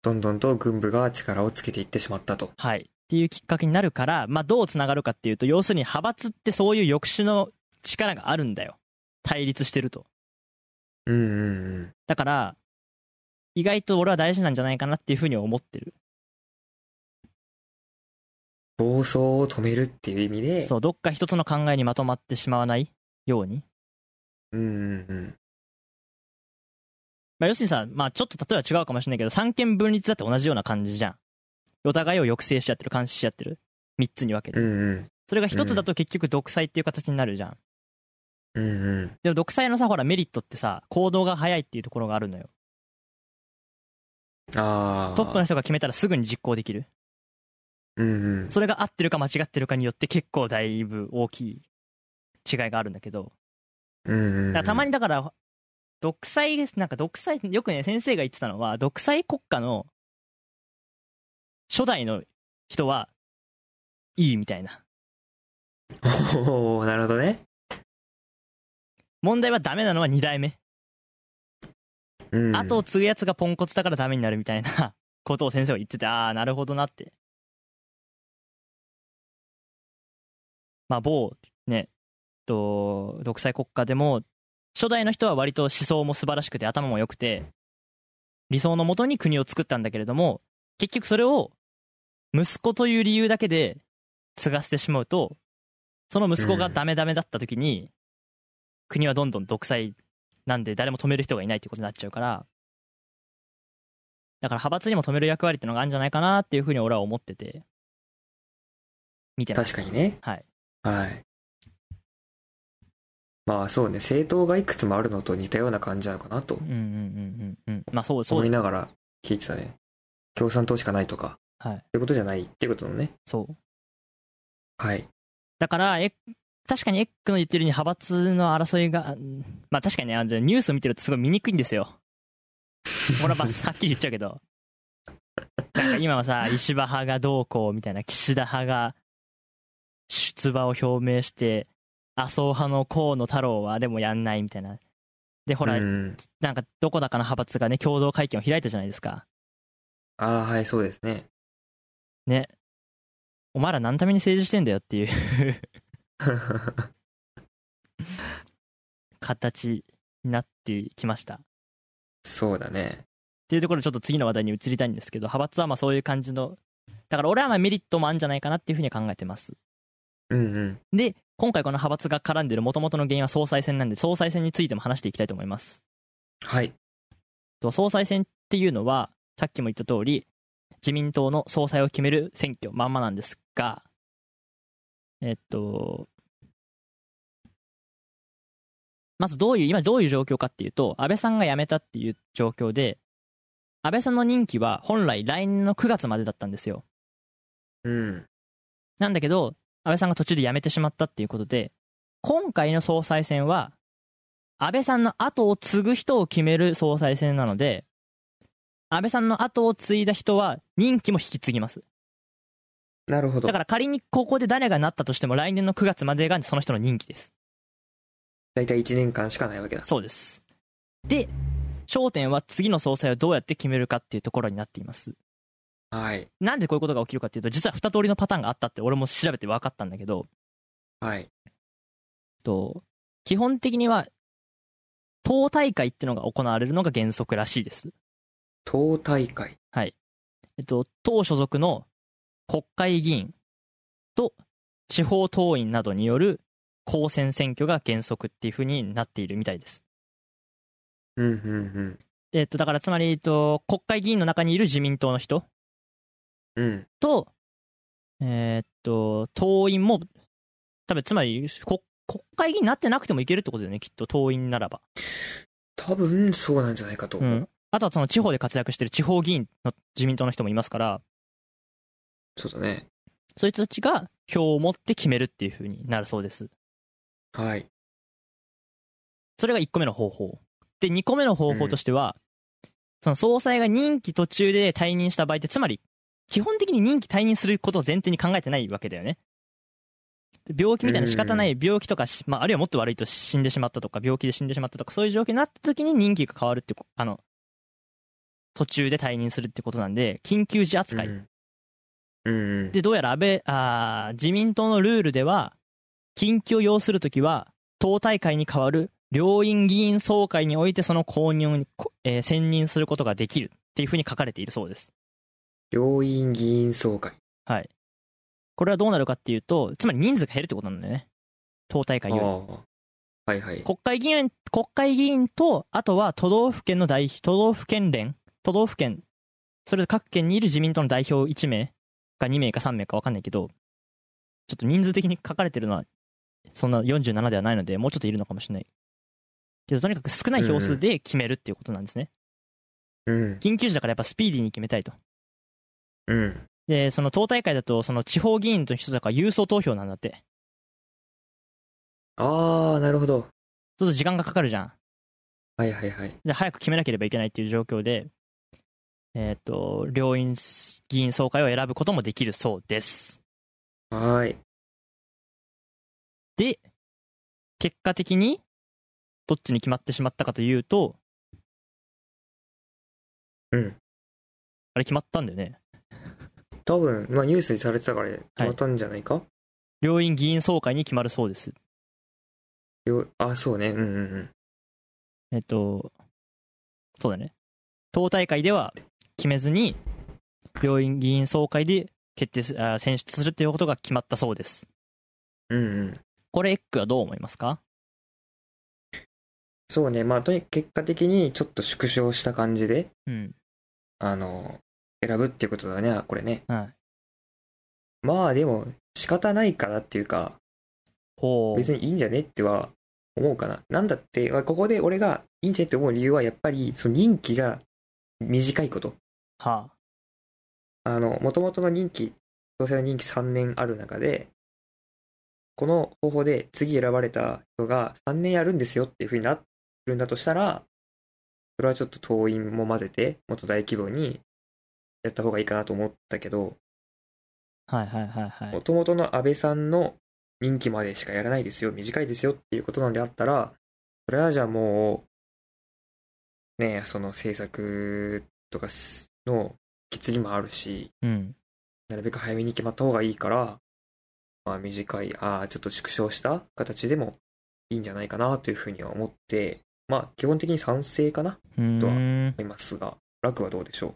[SPEAKER 2] どんどんと軍部が力をつけていってしまったと。
[SPEAKER 1] はい。っていうきっかけになるから、まあどうつながるかっていうと、要するに派閥ってそういう抑止の力があるんだよ。対立してると。
[SPEAKER 2] うんうん
[SPEAKER 1] だから、意外と俺は大事なんじゃないかなっていうふうに思ってる。
[SPEAKER 2] うん。暴走を止めるっていう意味で、
[SPEAKER 1] そう、どっか一つの考えにまとまってしまわないように。
[SPEAKER 2] うんうんうん。
[SPEAKER 1] まあ、要するにさ、まあ、ちょっと例えば違うかもしれないけど、三権分立だって同じような感じじゃん。お互いを抑制し合ってる、監視し合ってる。三つに分けて
[SPEAKER 2] う。んうん。
[SPEAKER 1] それが一つだと結局独裁っていう形になるじゃん。
[SPEAKER 2] うんうん。
[SPEAKER 1] でも独裁のさ、ほらメリットってさ、行動が早いっていうところがあるのよ。
[SPEAKER 2] ああ。
[SPEAKER 1] トップの人が決めたらすぐに実行できる。
[SPEAKER 2] うんうん。
[SPEAKER 1] それが合ってるか間違ってるかによって結構だいぶ大きい違いがあるんだけど。
[SPEAKER 2] うんうん
[SPEAKER 1] だ
[SPEAKER 2] うん。
[SPEAKER 1] からたまにだから、独裁です。なんか独裁、よくね、先生が言ってたのは、独裁国家の初代の人はいいみたいな。
[SPEAKER 2] (laughs) おおなるほどね。
[SPEAKER 1] 問題はダメなのは二代目。
[SPEAKER 2] うん。
[SPEAKER 1] 後を継ぐやつがポンコツだからダメになるみたいな (laughs) ことを先生は言っててああなるほどなってまあ某ねと独裁国家でも初代の人は割と思想も素晴らしくて頭も良くて理想のもとに国を作ったんだけれども結局それを息子という理由だけで継がせてしまうとその息子がダメダメだった時に、国はどんどん独裁なんで誰も止める人がいないってことになっちゃうからだから派閥にも止める役割ってのがあるんじゃないかなっていうふうに俺は思ってて見てます
[SPEAKER 2] 確かにね。
[SPEAKER 1] はい
[SPEAKER 2] はい。まあそうね、政党がいくつもあるのと似たような感じなのかなと
[SPEAKER 1] うんうんうんうんうんまあそうそ
[SPEAKER 2] 思
[SPEAKER 1] う
[SPEAKER 2] い
[SPEAKER 1] だ
[SPEAKER 2] ながら聞いてたね。共産党しかないとか、
[SPEAKER 1] はい
[SPEAKER 2] ってことじゃないってことのね。
[SPEAKER 1] そう
[SPEAKER 2] はい。
[SPEAKER 1] だからえ確かにエッグの言ってるように派閥の争いが、うんまあ確かにね、あのニュースを見てるとすごい見にくいんです
[SPEAKER 2] (laughs)
[SPEAKER 1] よ。ほら、まあはっきり言っちゃうけど。なんか今はさ、石破派がどうこうみたいな、岸田派が出馬を表明して、麻生派の河野太郎はでもやんないみたいな。で、ほら、
[SPEAKER 2] うん、
[SPEAKER 1] なんかどこだかの派閥がね、共同会見を開いたじゃないですか。
[SPEAKER 2] ああ、はい、そうですね。
[SPEAKER 1] ね。お前ら何のために政治してんだよっていう形になってきました。
[SPEAKER 2] そうだね。
[SPEAKER 1] っていうところでちょっと次の話題に移りたいんですけど派閥はまあそういう感じのだから俺はまあメリットもあるんじゃないかなっていうふうに考えてます
[SPEAKER 2] うんうん。
[SPEAKER 1] で今回この派閥が絡んでる元々の原因は総裁選なんで総裁選についても話していきたいと思います
[SPEAKER 2] はい。
[SPEAKER 1] と総裁選っていうのはさっきも言った通り自民党の総裁を決める選挙まんまなんですがえっとまずどういう今どういう状況かっていうと安倍さんが辞めたっていう状況で安倍さんの任期は本来来年の9月までだったんですよ
[SPEAKER 2] うん。
[SPEAKER 1] なんだけど、安倍さんが途中で辞めてしまったっていうことで、今回の総裁選は、安倍さんの後を継ぐ人を決める総裁選なので、安倍さんの後を継いだ人は任期も引き継ぎます。
[SPEAKER 2] なるほど。
[SPEAKER 1] だから仮にここで誰がなったとしても来年の9月までがその人の任期です。
[SPEAKER 2] だいたい1年間しかないわけだ。
[SPEAKER 1] そうです。で、焦点は次の総裁をどうやって決めるかっていうところになっています。
[SPEAKER 2] はい。
[SPEAKER 1] なんでこういうことが起きるかっていうと、実は2通りのパターンがあったって俺も調べて分かったんだけど、
[SPEAKER 2] はい。
[SPEAKER 1] と、基本的には、党大会っていうのが行われるのが原則らしいです。
[SPEAKER 2] 党大会。
[SPEAKER 1] えっと、党所属の国会議員と地方党員などによる公選選挙が原則っていうふうになっているみたいです。
[SPEAKER 2] うんうん
[SPEAKER 1] えっと、だからつまり、えっと、国会議員の中にいる自民党の人
[SPEAKER 2] うん。うん。
[SPEAKER 1] と、えーっと、党員も、多分つまり、こ国会議員になってなくてもいけるってことだよね、きっと、党員ならば。
[SPEAKER 2] 多分そうなんじゃないかと
[SPEAKER 1] う
[SPEAKER 2] 思う。
[SPEAKER 1] ん、あとはその地方で活躍してる地方議員の自民党の人もいますから、
[SPEAKER 2] そうだね。
[SPEAKER 1] そいつたちが票を持って決めるっていう風になるそうです。
[SPEAKER 2] はい。
[SPEAKER 1] それが1個目の方法。で、2個目の方法としては、その総裁が任期途中で退任した場合って、つまり、基本的に任期退任することを前提に考えてないわけだよね。で病気みたいな仕方ない病気とかし、まあ、あるいはもっと悪いと死んでしまったとか、病気で死んでしまったとか、そういう状況になった時に任期が変わるってこ、あの、途中で退任するってことなんで、緊急時扱い。
[SPEAKER 2] うんうん。うん
[SPEAKER 1] で、どうやら安倍、あー自民党のルールでは、緊急を要するときは、党大会に代わる両院議員総会においてその公認に、こえー選任することができるっていうふうに書かれているそうです。
[SPEAKER 2] 両院議員総会。
[SPEAKER 1] はい。これはどうなるかっていうと、つまり人数が減るってことなんだよね。党大会より。
[SPEAKER 2] ああはいはい。
[SPEAKER 1] 国会議員、国会議員と、あとは都道府県の代表、都道府県連、都道府県、それで各県にいる自民党の代表1名か2名か3名か分かんないけど、ちょっと人数的に書かれてるのは、そんな47ではないので、もうちょっといるのかもしれない。けど、とにかく少ない票数で決めるっていうことなんですね。
[SPEAKER 2] うん。
[SPEAKER 1] 緊急時だからやっぱスピーディーに決めたいと。
[SPEAKER 2] うん。
[SPEAKER 1] で、その党大会だと、その地方議員の人だから郵送投票なんだって。
[SPEAKER 2] ああ、なるほど。
[SPEAKER 1] そうすると時間がかかるじゃん。
[SPEAKER 2] はいはいはい。
[SPEAKER 1] で早く決めなければいけないっていう状況で、えっ、と、両院議員総会を選ぶこともできるそうです。
[SPEAKER 2] はーい。
[SPEAKER 1] で、結果的に、どっちに決まってしまったかというと、
[SPEAKER 2] うん。
[SPEAKER 1] あれ決まったんだよね。
[SPEAKER 2] 多分、まあニュースにされてたから決まったんじゃないか、
[SPEAKER 1] 両院議員総会に決まるそうです。
[SPEAKER 2] よあ、そうね。うんうんうん。
[SPEAKER 1] えっ、と、そうだね。党大会では決めずに、両院議員総会で決定す、あ選出するっていうことが決まったそうです。
[SPEAKER 2] うんうん。
[SPEAKER 1] これ、エッグはどう思いますか
[SPEAKER 2] そうね。まあ、とにかく結果的にちょっと縮小した感じで、
[SPEAKER 1] うん。
[SPEAKER 2] あの、選ぶっていうことだね、これね。
[SPEAKER 1] はい。
[SPEAKER 2] まあでも、仕方ないからっていうか、
[SPEAKER 1] ほう。
[SPEAKER 2] 別にいいんじゃねっては思うかな。なんだって、まあここで俺がいいんじゃねって思う理由は、やっぱり、その任期が短いこと。
[SPEAKER 1] はあ。
[SPEAKER 2] あの、もともとの任期、当選の任期3年ある中で、この方法で次選ばれた人が3年やるんですよっていうふうになってるんだとしたら、それはちょっと党員も混ぜて、もっと大規模にやった方がいいかなと思ったけど、
[SPEAKER 1] はいはいはいは
[SPEAKER 2] も
[SPEAKER 1] い。
[SPEAKER 2] ともとの安倍さんの任期までしかやらないですよ、短いですよっていうことなんであったら、それはじゃあもう、ねえ、その政策とかすの決議もあるし、
[SPEAKER 1] うん。
[SPEAKER 2] なるべく早めに決まった方がいいから、まあ短い、ああ、ちょっと縮小した形でもいいんじゃないかなというふうには思って、まあ基本的に賛成かな
[SPEAKER 1] うーん。
[SPEAKER 2] いますが、楽はどうでしょ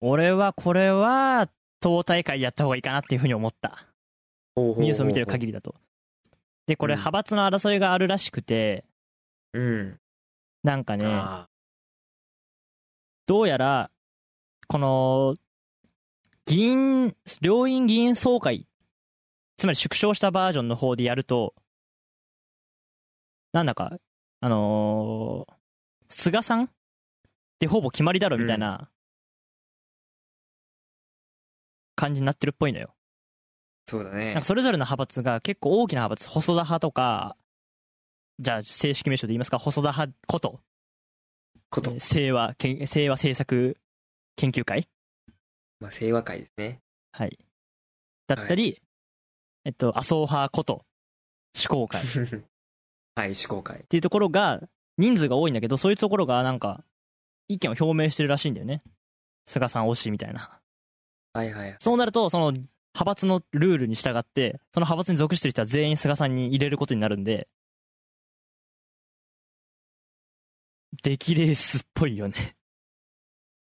[SPEAKER 1] 俺はこれは、党大会やった方がいいかなっていうふうに思った。
[SPEAKER 2] う
[SPEAKER 1] ニュースを見てる
[SPEAKER 2] り。
[SPEAKER 1] 限りだと。で、これ、
[SPEAKER 2] うん
[SPEAKER 1] 派閥の争いがあるらしくて、
[SPEAKER 2] うん。
[SPEAKER 1] なんかね、
[SPEAKER 2] あ
[SPEAKER 1] どうやら、この、議員、両院議員総会、つまり縮小したバージョンの方でやると、なんだか、あのー菅さんってほぼ決まりだろみたいな感じになってるっぽいのよ。
[SPEAKER 2] ーそうだ
[SPEAKER 1] な
[SPEAKER 2] ね。
[SPEAKER 1] んかそれぞれの派閥が結構大きな派閥、細田派とか、じゃあ正式名称で言いますか、細田派こと、
[SPEAKER 2] こと
[SPEAKER 1] えー。清和けん、清和政策研究会
[SPEAKER 2] まあ、清和会ですね。 (laughs)
[SPEAKER 1] はい。だったり、えっと、麻生派こと、志向会っ
[SPEAKER 2] はい、思考会。
[SPEAKER 1] ていうところが、人数が多いんだけど、そういうところがなんか、意見を表明してるらしいんだよね。菅さん推しみたいな。
[SPEAKER 2] はいはい。
[SPEAKER 1] そうなると、その、派閥のルールに従って、その派閥に属してる人は全員菅さんに入れることになるんで、出来レースっぽいよね。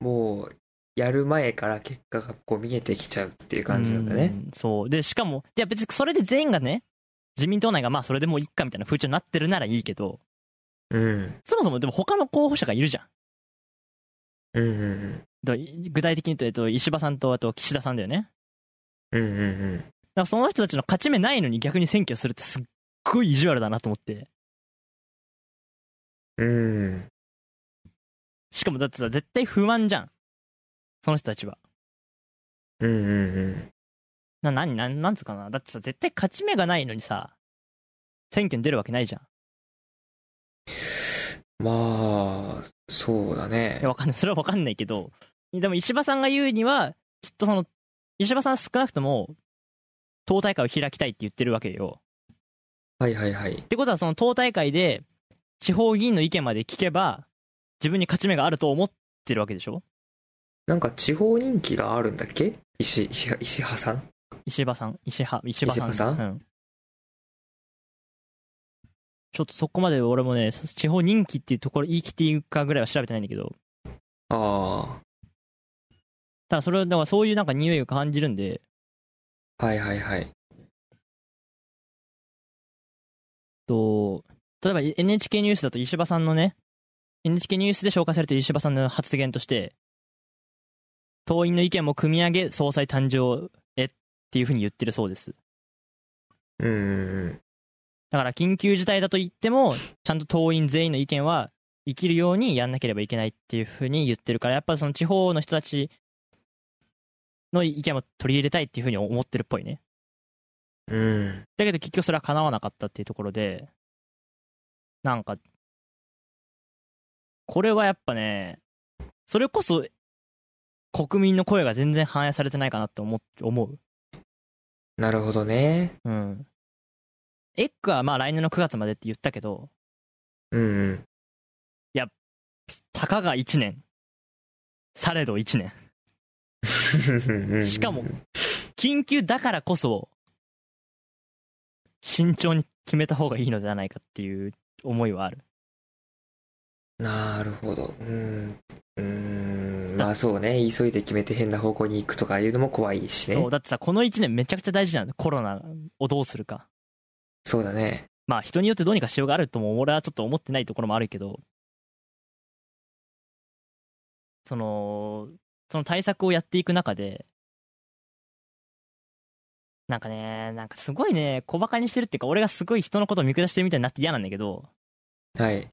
[SPEAKER 2] もう、やる前から結果がこう見えてきちゃうっていう感じなんだね。
[SPEAKER 1] うん。そう。で、しかも、いや別にそれで全員がね、自民党内がまあそれでもういっかみたいな風潮になってるならいいけど、
[SPEAKER 2] うん。
[SPEAKER 1] そもそもでも他の候補者がいるじゃん。
[SPEAKER 2] うんうん
[SPEAKER 1] だ具体的に言うと、えっと、石破さんと、あと岸田さんだよね。だか
[SPEAKER 2] うん。うんうんうん。
[SPEAKER 1] らその人たちの勝ち目ないのに逆に選挙するってすっごい意地悪だなと思って。
[SPEAKER 2] うん。
[SPEAKER 1] しかもだってさ、絶対不満じゃん。その人たちは。
[SPEAKER 2] うんうんうん。
[SPEAKER 1] な、なに、なん、なんつうかな。だってさ、絶対勝ち目がないのにさ、選挙に出るわけないじゃん。
[SPEAKER 2] まあ、そうだね
[SPEAKER 1] いや、。わかんない。それはわかんないけど。でも石破さんが言うには、きっとその、石破さんは少なくとも、党大会を開きたいって言ってるわけよ。
[SPEAKER 2] はいはいはい
[SPEAKER 1] っ。てことはその党大会で地方議員の意見まで聞けば自分に勝ち目があると思ってるわけでしょ
[SPEAKER 2] なんか地方人気があるんだっけ石、石、石派さん
[SPEAKER 1] 石破さん石破石破さん
[SPEAKER 2] 石破さ
[SPEAKER 1] う
[SPEAKER 2] ん
[SPEAKER 1] ん、ちょっとそこまで俺もね地方人気っていうところ言い切っていいかぐらいは調べてないんだけど
[SPEAKER 2] あ
[SPEAKER 1] ただそれはだからそういうなんか匂いを感じるんで
[SPEAKER 2] あ。はいはいはい。
[SPEAKER 1] と例えば NHK ニュースだと石破さんのね NHK ニュースで紹介されている石破さんの発言として党員の意見も組み上げ総裁誕生へっていうふうに言ってるそうです
[SPEAKER 2] うんうん
[SPEAKER 1] だから緊急事態だと言っても、ちゃんと党員全員の意見は生きるようにやんなければいけないっていうふうに言ってるから、やっぱその地方の人たちの意見も取り入れたいっていうふうに思ってるっぽいね。
[SPEAKER 2] うん。うん。
[SPEAKER 1] だけど結局それは叶わなかったっていうところで、なんか、これはやっぱね、それこそ国民の声が全然反映されてないかなって思っ思う。
[SPEAKER 2] なるほどね。
[SPEAKER 1] うん。エッグはまあ来年の9月までって言ったけど、
[SPEAKER 2] うんうん。
[SPEAKER 1] たかが1年されど1年しかも緊急だからこそ慎重に決めた方がいいのではないかっていう思いはある
[SPEAKER 2] (laughs) なるほど。うん。うん。まあそうね。急いで決めて変な方向に行くとかいうのも怖いしね。
[SPEAKER 1] そうだってさこの1年めちゃくちゃ大事なんだコロナをどうするか
[SPEAKER 2] そうだね。
[SPEAKER 1] まあ人によってどうにかしようがあるとも俺はちょっと思ってないところもあるけどそのその対策をやっていく中でなんかねなんかすごいね小バカにしてるっていうか俺がすごい人のことを見下してるみたいになって嫌なんだけど
[SPEAKER 2] はい。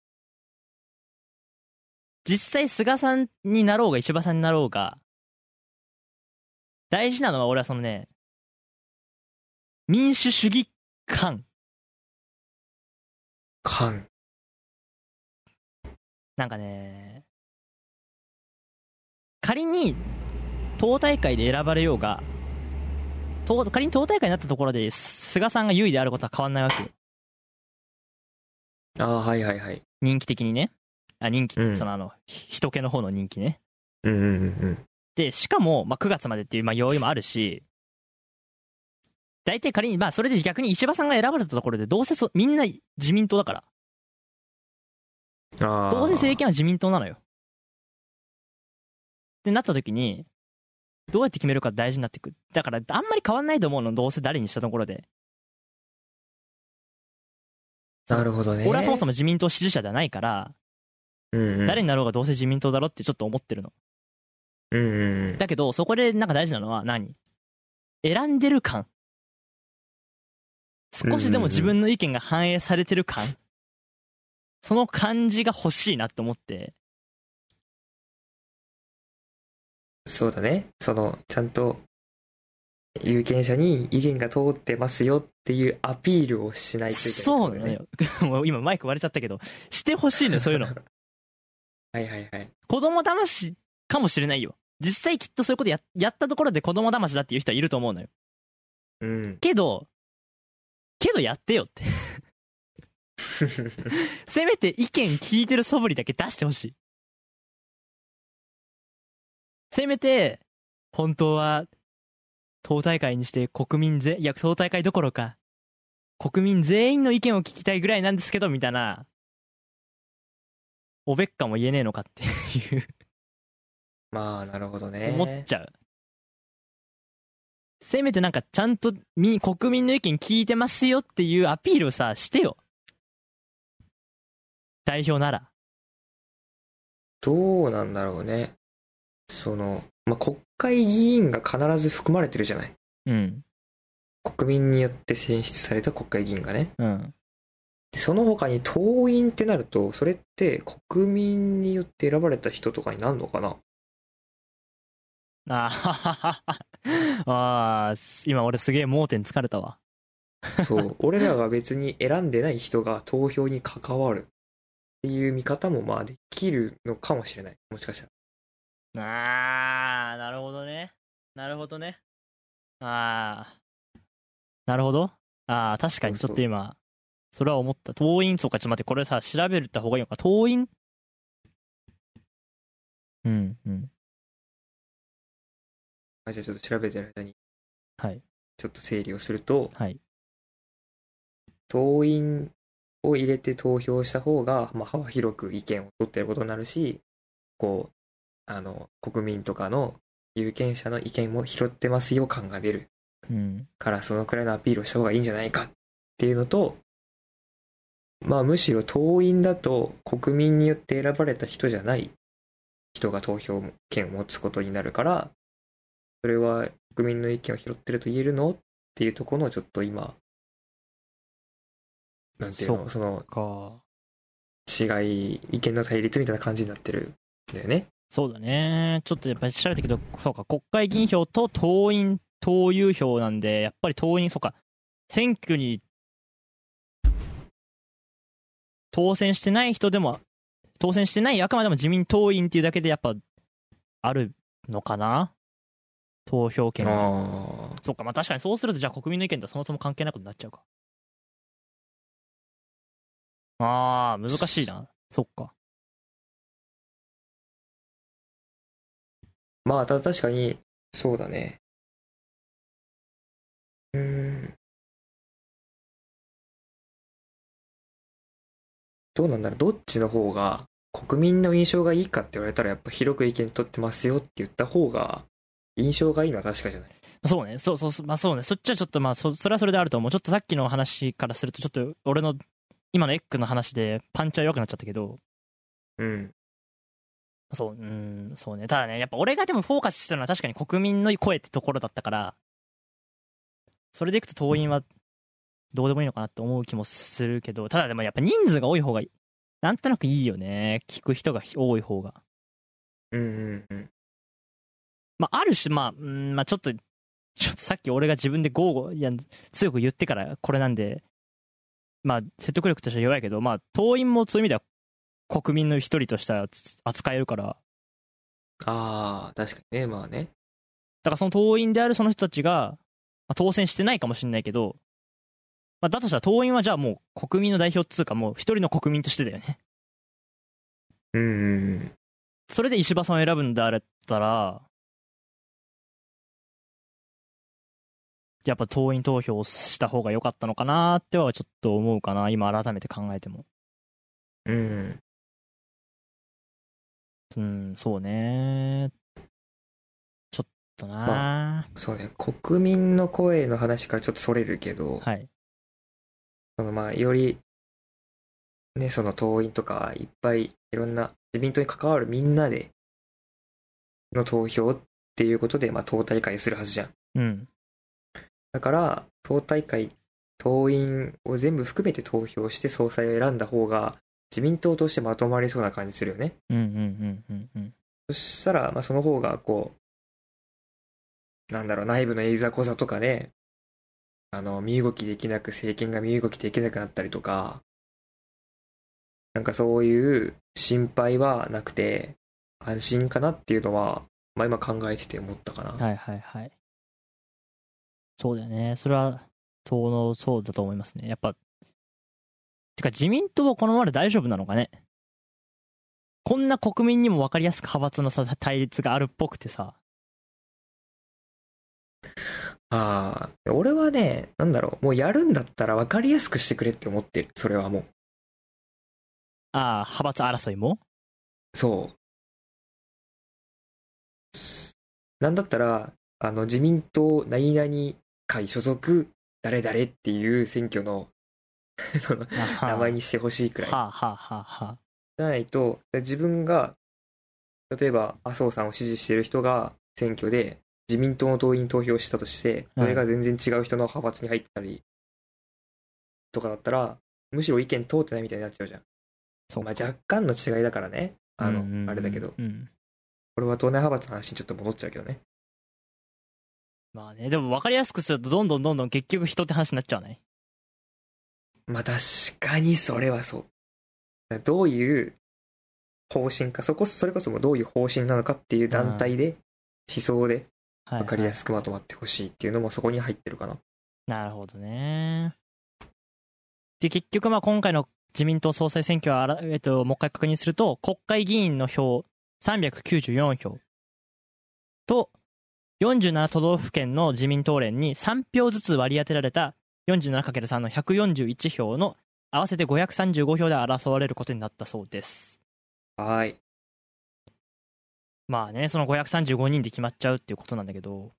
[SPEAKER 1] 実際菅さんになろうが石破さんになろうが大事なのは俺はそのね民主主義官。
[SPEAKER 2] 官。
[SPEAKER 1] なんかね、仮に、党大会で選ばれようが、党仮に党大会になったところで、菅さんが優位であることは変わんないわけよ。
[SPEAKER 2] ああ、はいはいはい。
[SPEAKER 1] 人気的にね。あ、人気、
[SPEAKER 2] うん
[SPEAKER 1] そのあの、ひ人気の方の人気ね。
[SPEAKER 2] うんうんうん
[SPEAKER 1] で、しかも、まあ、9月までっていう、まあ、要因もあるし、大体仮に、まあ、それで逆に石破さんが選ばれたところで、どうせそみんな自民党だから。
[SPEAKER 2] うん。ああ。
[SPEAKER 1] どうせ政権は自民党なのよ。ってなった時に、どうやって決めるか大事になってくる。だから、あんまり変わんないと思うの、どうせ誰にしたところで。
[SPEAKER 2] なるほどね。
[SPEAKER 1] 俺はそもそ
[SPEAKER 2] も、
[SPEAKER 1] も自民党支持者じゃないから、
[SPEAKER 2] うんうん、
[SPEAKER 1] 誰
[SPEAKER 2] に、
[SPEAKER 1] になろうがどうせ自民党だろってちょっと思ってるの。
[SPEAKER 2] うんうんうん。
[SPEAKER 1] だけど、そこでなんか大事なのは何選んでる感。少しでも自分の意見が反映されてる感。その感じが欲しいなって思って。
[SPEAKER 2] そうだね。その、ちゃんと、有権者に意見が通ってますよっていうアピールをしないといけない、
[SPEAKER 1] そうなの。よ。 (laughs) もう今マイク割れちゃったけど、してほしいのよ、そう (laughs) いうの。
[SPEAKER 2] はいはいはい。
[SPEAKER 1] 子供騙しかもしれないよ。実際きっとそういうことややったところで子供騙しだっていう人はいると思うのよ。
[SPEAKER 2] うん。 (laughs)
[SPEAKER 1] けど、けどやってよって。せめて意見聞いてる素振りだけ出してほしい。せめて、本当は、党大会にして国民全、いや、党大会どころか、国民全員の意見を聞きたいぐらいなんですけど、みたいな、おべっかも言えねえのかっていう。
[SPEAKER 2] まあ、なるほどね。
[SPEAKER 1] 思っちゃう。せめてなんかちゃんとみ国民の意見聞いてますよっていうアピールをさ、してよ。代表なら。
[SPEAKER 2] どうなんだろうね。その、まあ、国会議員が必ず含まれてるじゃない。
[SPEAKER 1] うん。
[SPEAKER 2] 国民によって選出された国会議員がね。
[SPEAKER 1] うん。
[SPEAKER 2] でその他に党員ってなると、それって国民によって選ばれた人とかになるのかな
[SPEAKER 1] あはははは。 (laughs) あー今俺すげえ盲点疲れたわ。
[SPEAKER 2] そう。俺らが別に選んでない人が投票に関わるっていう見方もまあできるのかもしれない。もしかしたら。
[SPEAKER 1] あー、なるほどね。なるほどね。あー。なるほど。あー、確かにちょっと今、それは思った。党員、そうか、ちょっと待って、これさ、調べるった方がいいのか。党員うん、うん。
[SPEAKER 2] あじゃあちょっと調べてる間に
[SPEAKER 1] はい、
[SPEAKER 2] ちょっと整理をすると、
[SPEAKER 1] はい。
[SPEAKER 2] 党員を入れて投票した方が、まあ、幅広く意見を取ってることになるし、こう、あの、国民とかの有権者の意見も拾ってますよ感が出る
[SPEAKER 1] うん。
[SPEAKER 2] から、そのくらいのアピールをした方がいいんじゃないかっていうのと、まあ、むしろ党員だと国民によって選ばれた人じゃない人が投票権を持つことになるから、それは国民の意見を拾ってると言えるのっていうところのちょっと今、なんていうの、その
[SPEAKER 1] か。
[SPEAKER 2] 違い、意見の対立みたいな感じになってるんだよね。
[SPEAKER 1] そうだね。ちょっとやっぱり調べたけど、そうか、国会議員票と党員、党友票なんで、やっぱり党員、そうか、選挙に当選してない人でも、当選してない、あくまでも自民党員っていうだけで、やっぱ、あるのかな投票権は。
[SPEAKER 2] ああ。
[SPEAKER 1] そうか、まあ確かにそうすると、じゃあ国民の意見とはそもそも関係なくなっちゃうか。ああ、難しいな。そっか。
[SPEAKER 2] まあ、た確かに、そうだね。うーん。どうなんだろう、どっちの方が、国民の印象がいいかって言われたら、やっぱ広く意見取ってますよって言った方が、印象がいいのは確かじゃない。
[SPEAKER 1] そうね、そうそうそう、まあそうね、そっちはちょっとまあそ、それはそれであると思う。ちょっとさっきの話からすると、ちょっと俺の今のエッグの話でパンチは弱くなっちゃったけど、
[SPEAKER 2] うん。
[SPEAKER 1] そう、うーん、そうね。ただね、やっぱ俺がでもフォーカスしたのは確かに国民の声ってところだったから、それでいくと党員はどうでもいいのかなって思う気もするけど、ただでもやっぱ人数が多い方がいい。なんとなくいいよね。聞く人が多い方が。
[SPEAKER 2] うんうんうん。
[SPEAKER 1] まあ、ある種、まあ、うんまあ、ちょっと、ちょっとさっき俺が自分で豪語、いや、強く言ってからこれなんで、まあ、説得力としては弱いけど、まあ、党員もそういう意味では国民の一人としては扱えるから、
[SPEAKER 2] ああ、確かにね、まあね。
[SPEAKER 1] だからその党員であるその人たちが、まあ、当選してないかもしれないけど、まあ、だとしたら党員はじゃあもう国民の代表っつうかもう一人の国民としてだよね。
[SPEAKER 2] うんうんうん。
[SPEAKER 1] それで石破さんを選ぶんだったら、やっぱ党員投票をした方が良かったのかなってはちょっと思うかな、今改めて考えても。
[SPEAKER 2] うん。
[SPEAKER 1] うん、そうね。ちょっとな、
[SPEAKER 2] そうね、国民の声の話からちょっとそれるけど、
[SPEAKER 1] はい。
[SPEAKER 2] そのまあ、より、ね、その党員とか、いっぱいいろんな自民党に関わるみんなでの投票っていうことで、まあ、党大会するはずじゃん。
[SPEAKER 1] うん。
[SPEAKER 2] だから、党大会、党員を全部含めて投票して総裁を選んだ方が、自民党としてまとまりそうな感じするよね。
[SPEAKER 1] うんうんうんうんうん。
[SPEAKER 2] そしたら、まあ、その方が、こう、なんだろう、内部のいざこざとかで、あの、身動きできなく、政権が身動きできなくなったりとか、なんかそういう心配はなくて、安心かなっていうのは、まあ今考えてて思ったかな。
[SPEAKER 1] はいはいはい。そうだよね。それは、党の、そうだと思いますね。やっぱ、てか自民党はこのままで大丈夫なのかね。こんな国民にも分かりやすく派閥のさ対立があるっぽくてさ。
[SPEAKER 2] ああ、俺はね、なんだろう、もうやるんだったら分かりやすくしてくれって思ってる。それはもう。
[SPEAKER 1] ああ、派閥争いも
[SPEAKER 2] そう。なんだったら、あの、自民党何々会所属誰々っていう選挙のその名
[SPEAKER 1] 名
[SPEAKER 2] 前にしてほしいくらい。
[SPEAKER 1] はあはあはあはあ。
[SPEAKER 2] じゃないと、自分が、例えば麻生さんを支持してる人が選挙で自民党の党員に投票したとして、
[SPEAKER 1] うん
[SPEAKER 2] それが全然違う人の派閥に入ったりとかだったら、むしろ意見通ってないみたいになっちゃうじゃん。
[SPEAKER 1] そう
[SPEAKER 2] まあ、若干の違いだからね。あの、
[SPEAKER 1] うんうんうん
[SPEAKER 2] あれだけど。
[SPEAKER 1] うん
[SPEAKER 2] これは党内派閥の話にちょっと戻っちゃうけどね。
[SPEAKER 1] まあね、でも分かりやすくすると、どんどんどんどん結局人って話になっちゃうね。
[SPEAKER 2] まあ確かにそれはそう。どういう方針か、そこ、それこそもうどういう方針なのかっていう団体で、思想で
[SPEAKER 1] はい、
[SPEAKER 2] 分かりや
[SPEAKER 1] い。
[SPEAKER 2] すくまとまってほしいっていうのもそこに入ってるかな。
[SPEAKER 1] なるほどね。で、結局、まあ、今回の自民党総裁選挙はあら、えっと、もう一回確認すると、国会議員の票394票と、47都道府県の自民党連に3票ずつ割り当てられた 47×3 の141票の合わせて535票で争われることになったそうです。
[SPEAKER 2] はーい。
[SPEAKER 1] まあね、その535人で決まっちゃうっていうことなんだけど、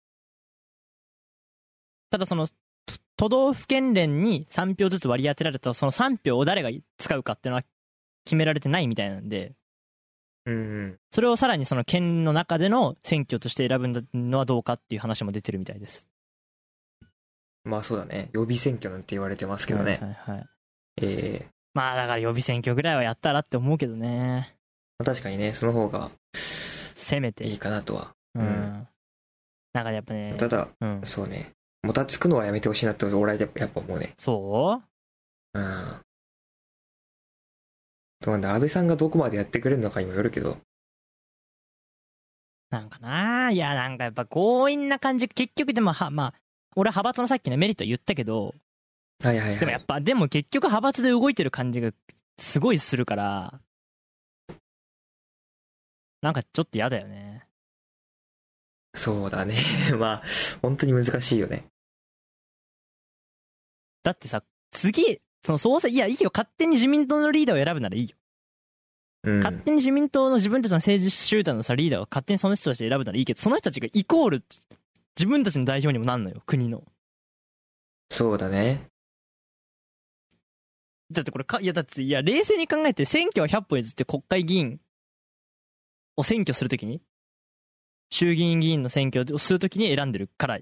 [SPEAKER 1] ただその、と都道府県連に3票ずつ割り当てられたその3票を誰が使うかっていうのは決められてないみたいなんで、
[SPEAKER 2] うんうん。
[SPEAKER 1] それをさらにその県の中での選挙として選ぶのはどうかっていう話も出てるみたいです。
[SPEAKER 2] まあそうだね。予備選挙なんて言われてますけどね。
[SPEAKER 1] はいはいはい。
[SPEAKER 2] えー
[SPEAKER 1] まあだから予備選挙ぐらいはやったらって思うけどね。
[SPEAKER 2] まあ確かにね、その方が
[SPEAKER 1] せめて。
[SPEAKER 2] いいかなとは。
[SPEAKER 1] うん。なんかやっぱね、
[SPEAKER 2] ただ、
[SPEAKER 1] うん。
[SPEAKER 2] そうね。もたつくのはやめてほしいなって俺はやっぱやっぱ思うね。
[SPEAKER 1] そう
[SPEAKER 2] うん。そうなんだ、安倍さんがどこまでやってくれるのかにもよるけど、
[SPEAKER 1] なんかな、いや、なんかやっぱ強引な感じ、結局でもは、まあ、俺は派閥のさっきのメリットは言ったけど、
[SPEAKER 2] はいはいはい。
[SPEAKER 1] でもやっぱ、でも結局派閥で動いてる感じがすごいするから、なんかちょっと嫌だよね。
[SPEAKER 2] そうだね。 (laughs) まあ、本当に難しいよね。
[SPEAKER 1] だってさ、次、その総裁、いや、いいよ、勝手に自民党のリーダーを選ぶならいいよ。
[SPEAKER 2] うん。
[SPEAKER 1] 勝手に自民党の自分たちの政治集団のさ、リーダーを勝手にその人たちで選ぶならいいけど、その人たちがイコール、自分たちの代表にもなんのよ、国の。
[SPEAKER 2] そうだね。
[SPEAKER 1] だってこれか、いやだって、いや、冷静に考えて、選挙は100歩譲って国会議員を選挙するときに、衆議院議員の選挙をするときに選んでるから、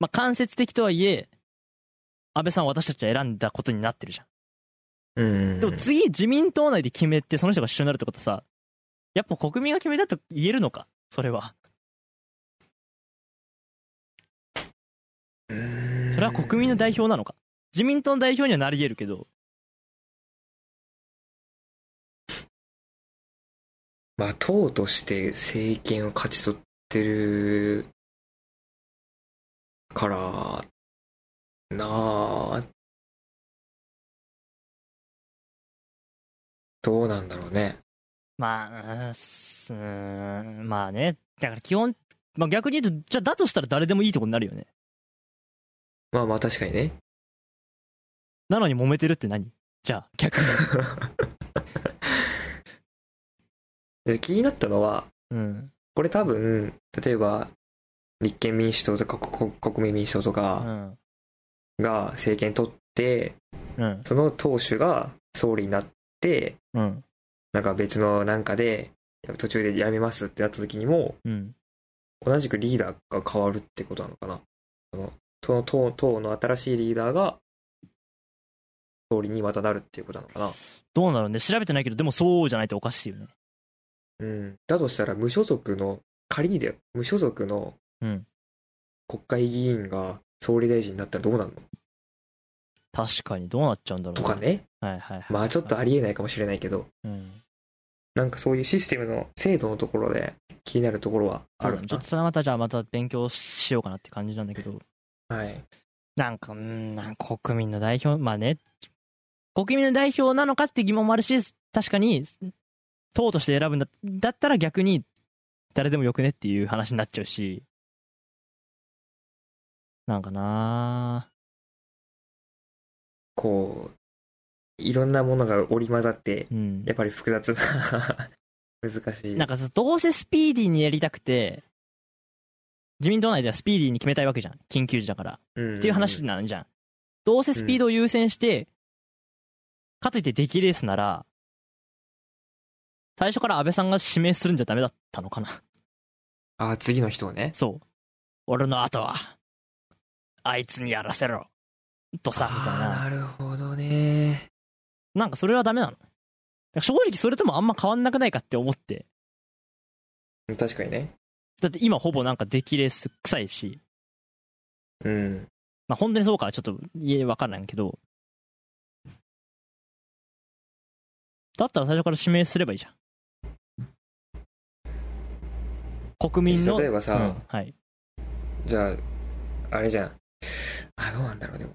[SPEAKER 1] まあ、間接的とはいえ、安倍さんは私たちは選んだことになってるじゃ
[SPEAKER 2] うん
[SPEAKER 1] ん。。でも次、自民党内で決めて、その人が主張になるってことはさ、やっぱ国民が決めたと言えるのか、それは。それは国民の代表なのか自民党の代表にはなり得るけど
[SPEAKER 2] まあ、党として政権を勝ち取ってるから、なあ、どうなんだろうね。
[SPEAKER 1] まあうーんすうーんまあねだから基本、まあ、逆に言うとじゃあだとしたら誰でもいいとこになるよね
[SPEAKER 2] まあまあ確かにね。
[SPEAKER 1] なのに揉めてるって何じゃあ逆に
[SPEAKER 2] で気になったのは、
[SPEAKER 1] うん
[SPEAKER 2] これ多分、例えば、立憲民主党とか国国民民主党と
[SPEAKER 1] う
[SPEAKER 2] か
[SPEAKER 1] ん
[SPEAKER 2] が政権取って、
[SPEAKER 1] うん
[SPEAKER 2] その党首が総理になって、
[SPEAKER 1] うん
[SPEAKER 2] なんか別のなんかで、途中で辞めますってなった時にも、
[SPEAKER 1] うん
[SPEAKER 2] 同じくリーダーが変わるってことなのかなそのその党党の新しいリーダーが総理にまたなるっていうことなのかな
[SPEAKER 1] どうなるね調べてないけどでもそうじゃないとおかしいよね
[SPEAKER 2] うんだとしたら無所属の仮にだよ無所属の
[SPEAKER 1] うん
[SPEAKER 2] 国会議員が総理大臣になったらどうなんの
[SPEAKER 1] 確かにどうなっちゃうんだろう
[SPEAKER 2] とかね
[SPEAKER 1] はいはいはい
[SPEAKER 2] まあちょっとありえないかもしれないけど
[SPEAKER 1] うん
[SPEAKER 2] なんかそういうシステムの制度のところで気になるところはあ
[SPEAKER 1] そうだ
[SPEAKER 2] る
[SPEAKER 1] ね
[SPEAKER 2] な
[SPEAKER 1] ちょっとそれはまたじゃあまた勉強しようかなって感じなんだけど
[SPEAKER 2] はい
[SPEAKER 1] なんか、うーん、なんか国民の代表、まあね、国民の代表なのかって疑問もあるし、確かに、党として選ぶんだだったら逆に、誰でもよくねっていう話になっちゃうし、なんかな
[SPEAKER 2] こういろんなものが織り交ざって
[SPEAKER 1] ぁうん。
[SPEAKER 2] やっぱり複雑な (laughs) 難しい
[SPEAKER 1] なんかさ、どうせスピーディーにやりたくて、自民党内ではスピーディーに決めたいわけじゃん。緊急時だから。
[SPEAKER 2] っ
[SPEAKER 1] っていう話なんじゃん。どうせスピードを優先して、かといって出来レースなら、最初から安倍さんが指名するんじゃダメだったのかな。 (laughs)
[SPEAKER 2] ああ、次の人をね。
[SPEAKER 1] そう。俺の後は、あいつにやらせろ。とさ、みたい
[SPEAKER 2] あー
[SPEAKER 1] な。
[SPEAKER 2] るほどね。
[SPEAKER 1] なんかそれはダメなの。だから正直それともあんま変わんなくないかって思って。
[SPEAKER 2] 確かにね。
[SPEAKER 1] だって今ほぼなんか出来レース臭いし、
[SPEAKER 2] うん。
[SPEAKER 1] まあ本当にそうかはちょっと言えわかんないけど、だったら最初から指名すればいいじゃん。国民の。
[SPEAKER 2] 例えばさ
[SPEAKER 1] うんはい。
[SPEAKER 2] じゃあ、あれじゃん。あ、どうなんだろう、でも。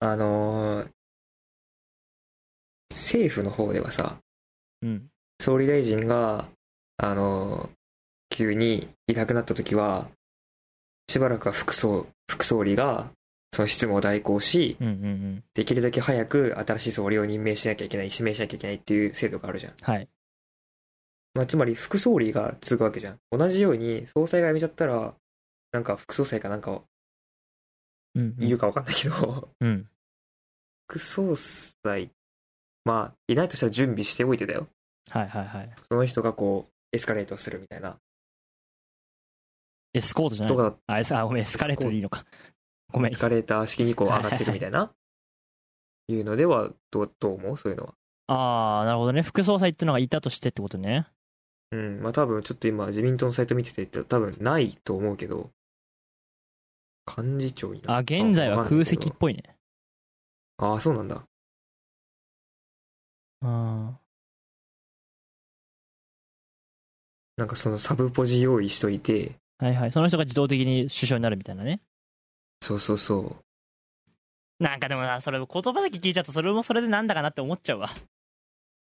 [SPEAKER 2] あのー政府の方ではさ、
[SPEAKER 1] うん。
[SPEAKER 2] 総理大臣が、あのー急にいなくなった時は、しばらくは副総、副総理が、その執務を代行し、
[SPEAKER 1] うんうんうん。
[SPEAKER 2] できるだけ早く新しい総理を任命しなきゃいけない、指名しなきゃいけないっていう制度があるじゃん。
[SPEAKER 1] はい。
[SPEAKER 2] まあ、つまり副総理が続くわけじゃん。同じように総裁が辞めちゃったら、なんか副総裁かなんか
[SPEAKER 1] うん、うん。
[SPEAKER 2] いるかわかんないけど、 (laughs)
[SPEAKER 1] うん。
[SPEAKER 2] 副総裁、まあ、いないとしたら準備しておいてだよ。
[SPEAKER 1] はいはいはい。
[SPEAKER 2] その人がこう、エスカレートするみたいな。
[SPEAKER 1] エスコートじゃな
[SPEAKER 2] と
[SPEAKER 1] い
[SPEAKER 2] か、
[SPEAKER 1] あエスあ、ごめん、エスカレートでいいのか。ごめん
[SPEAKER 2] エス。カレーター式にこう上がってるみたいな。いうのでは、どう、どう思うそういうのは。
[SPEAKER 1] ああ、なるほどね。副総裁ってのがいたとしてってことね。
[SPEAKER 2] うん、まあ多分ちょっと今自民党のサイト見てて多分ないと思うけど、幹事長にな
[SPEAKER 1] あ、現在は空席っぽいね。
[SPEAKER 2] ああ、そうなんだ。
[SPEAKER 1] うん。
[SPEAKER 2] なんかそのサブポジ用意しといて、
[SPEAKER 1] はいはい。その人が自動的に首相になるみたいなね。
[SPEAKER 2] そうそうそう。
[SPEAKER 1] なんかでもな、それ言葉だけ聞いちゃうと、それもそれでなんだかなって思っちゃうわ。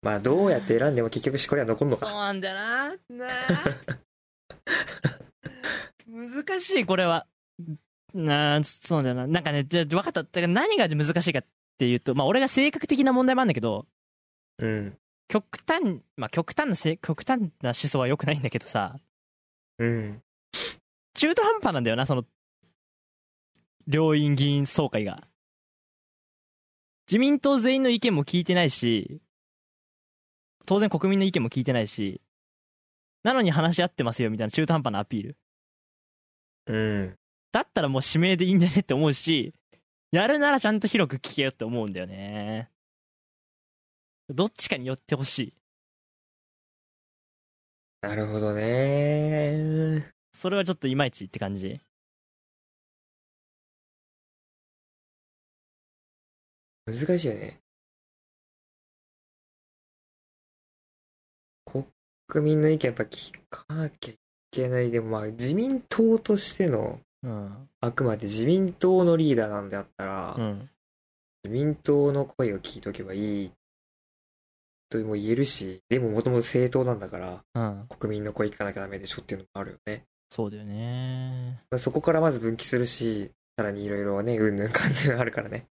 [SPEAKER 2] まあどうやって選んでも結局しこりは残んの
[SPEAKER 1] そう
[SPEAKER 2] か。
[SPEAKER 1] なんだよな。 (laughs) なあ難しい、これは。なあ、そうなんだよな。なんかね、じゃあ分かった。だから何が難しいかっていうと、まあ俺が性格的な問題もあるんだけど、
[SPEAKER 2] うん。
[SPEAKER 1] 極端、まあ極端なせ、極端な思想は良くないんだけどさ、
[SPEAKER 2] うん。
[SPEAKER 1] 中途半端なんだよな、その、両院議員総会が。自民党全員の意見も聞いてないし、当然国民の意見も聞いてないし、なのに話し合ってますよみたいな中途半端なアピール。
[SPEAKER 2] うん。
[SPEAKER 1] だったらもう指名でいいんじゃねって思うし、やるならちゃんと広く聞けよって思うんだよね。どっちかに寄ってほしい。
[SPEAKER 2] なるほどね。
[SPEAKER 1] それはちょっといまいちって感じ。
[SPEAKER 2] 難しいよね。国民の意見やっぱ聞かなきゃいけない。でもまあ自民党としての、
[SPEAKER 1] うん。
[SPEAKER 2] あくまで自民党のリーダーなんであったら、
[SPEAKER 1] うん。
[SPEAKER 2] 自民党の声を聞いとけばいいとも言えるし、でももともと政党なんだから、
[SPEAKER 1] うん。
[SPEAKER 2] 国民の声聞かなきゃダメでしょっていうのもあるよね。
[SPEAKER 1] そうだよね。
[SPEAKER 2] まあ、そこからまず分岐するし、さらにいろいろね、うんぬん感じがあるからね。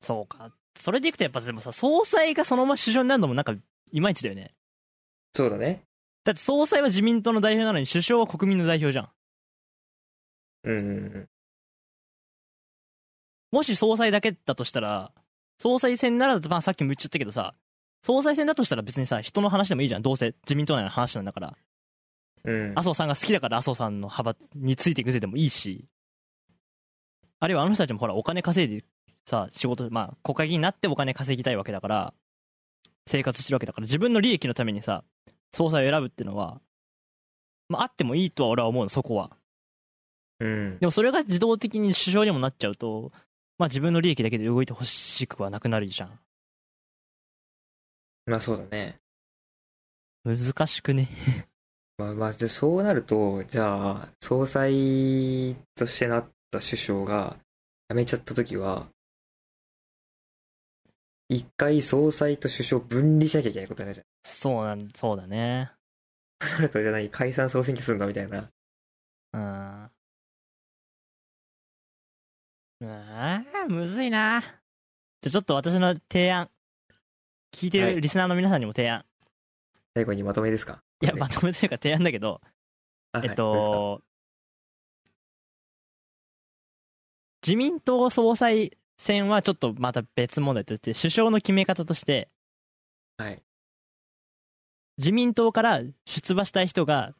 [SPEAKER 1] そうか。それでいくとやっぱでもさ、総裁がそのまま首相になるのもなんか、いまいちだよね。
[SPEAKER 2] そうだね。
[SPEAKER 1] だって総裁は自民党の代表なのに首相は国民の代表じゃん。
[SPEAKER 2] うんうんうん。
[SPEAKER 1] もし総裁だけだとしたら、総裁選なら、まあさっきも言っちゃったけどさ、総裁選だとしたら別にさ、人の話でもいいじゃん。どうせ自民党内の話なんだから。
[SPEAKER 2] うん
[SPEAKER 1] 麻、生さんが好きだから麻生さんの幅についていくぜでもいいし、あるいはあの人たちもほら、お金稼いでさ、仕事、まあ国会議員になってお金稼ぎたいわけだから、生活してるわけだから、自分の利益のためにさ、総裁を選ぶっていうのは、まああってもいいとは俺は思うの、そこは。
[SPEAKER 2] うん。
[SPEAKER 1] でもそれが自動的に首相にもなっちゃうと、まあ自分の利益だけで動いてほしくはなくなるじゃん。
[SPEAKER 2] まあそうだね。
[SPEAKER 1] 難しくね。
[SPEAKER 2] まあまあ、じゃあそうなると、じゃあ、総裁としてなった首相が辞めちゃった時は、一回総裁と首相分離しなきゃいけないことになるじゃん
[SPEAKER 1] そうなん、そうだね。
[SPEAKER 2] なるとじゃない解散総選挙するんだみたいな。
[SPEAKER 1] うん。うわーむずいな。じゃあちょっと私の提案。聞いて
[SPEAKER 2] は
[SPEAKER 1] る
[SPEAKER 2] い
[SPEAKER 1] リスナーの皆さんにも提案。
[SPEAKER 2] 最後にまとめですか
[SPEAKER 1] い、や、
[SPEAKER 2] これ
[SPEAKER 1] まとめというか提案だけど、
[SPEAKER 2] あはい
[SPEAKER 1] えっと、自民党総裁選はちょっとまた別問題として、首相の決め方として、
[SPEAKER 2] どうです
[SPEAKER 1] 自民党から出馬したい人が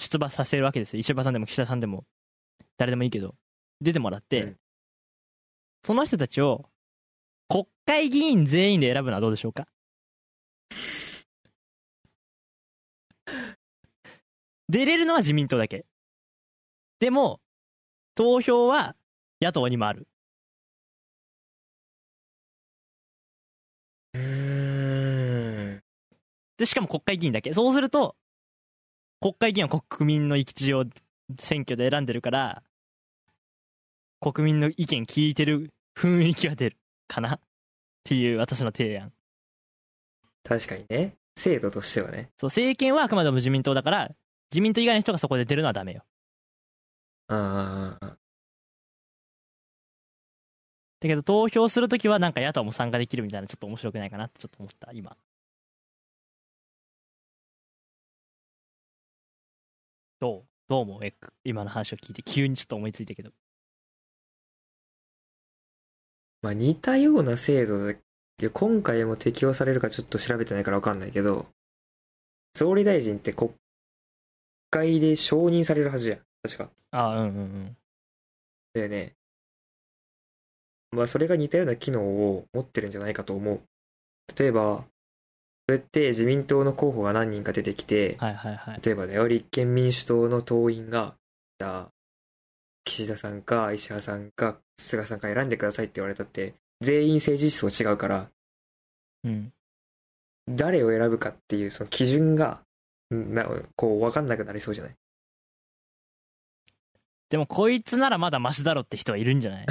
[SPEAKER 1] 出馬させるわけですよ石破さんでも岸田さんでも誰でもいいけど出てもらって、
[SPEAKER 2] うん
[SPEAKER 1] その人たちを国会議員全員で選ぶのはどうでしょう
[SPEAKER 2] (laughs)
[SPEAKER 1] か出れるのは自民党だけでも投票は野党にもある
[SPEAKER 2] かはいうーん
[SPEAKER 1] で、しかも国会議員だけ。そうすると、国会議員は国民の生き地を選挙で選んでるから、国民の意見聞いてる雰囲気が出るかなっていう私の提案。
[SPEAKER 2] 確かにね制度としてはね
[SPEAKER 1] そう、政権はあくまでも自民党だから、自民党以外の人がそこで出るのはダメよ。
[SPEAKER 2] ああ
[SPEAKER 1] だけど投票するときはなんか野党も参加できるみたいなちょっと面白くないかなってちょっと思った、今。どうどう思うエッグ今の話を聞いて急にちょっと思いついたけど。
[SPEAKER 2] まあ似たような制度だけど今回も適用されるかちょっと調べてないから分かんないけど総理大臣って国会で承認されるはずじゃん確か
[SPEAKER 1] ああ、うんうんうん。
[SPEAKER 2] だよねまあそれが似たような機能を持ってるんじゃないかと思う例えばそれって自民党の候補が何人か出てきて、
[SPEAKER 1] はいはいはい。
[SPEAKER 2] 例えばだよ、立憲民主党の党員が、じゃあ岸田さんか石破さんか菅さんか選んでくださいって言われたって、全員政治思想違うから、
[SPEAKER 1] うん。
[SPEAKER 2] 誰を選ぶかっていうその基準が、なこう、分かんなくなりそうじゃない
[SPEAKER 1] でもこいつならまだマシだろって人はいるんじゃない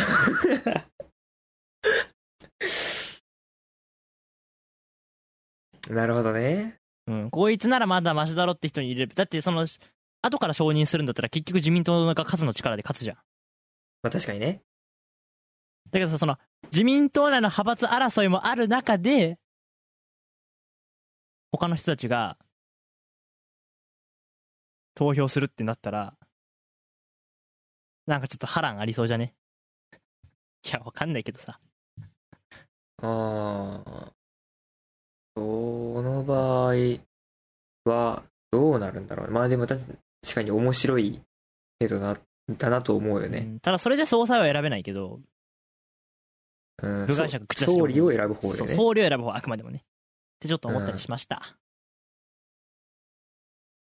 [SPEAKER 2] なるほどね。
[SPEAKER 1] うん。こいつならまだマシだろって人にいれば。だってその、後から承認するんだったら結局自民党が勝つの力で勝つじゃん。
[SPEAKER 2] まあ確かにね。
[SPEAKER 1] だけどさ、その、自民党内の派閥争いもある中で、他の人たちが、投票するってなったら、なんかちょっと波乱ありそうじゃね (laughs) いや、わかんないけどさ。
[SPEAKER 2] ああ。その場合は、どうなるんだろう。まあでも確かに面白いけどな、だなと思うよね。
[SPEAKER 1] うんただそれで総裁は選べないけど、
[SPEAKER 2] うん
[SPEAKER 1] 部外者が口出してる
[SPEAKER 2] 総理を選ぶ方で
[SPEAKER 1] そう
[SPEAKER 2] ね。
[SPEAKER 1] 総理を選ぶ方はあくまでもねってちょっと思ったりしました、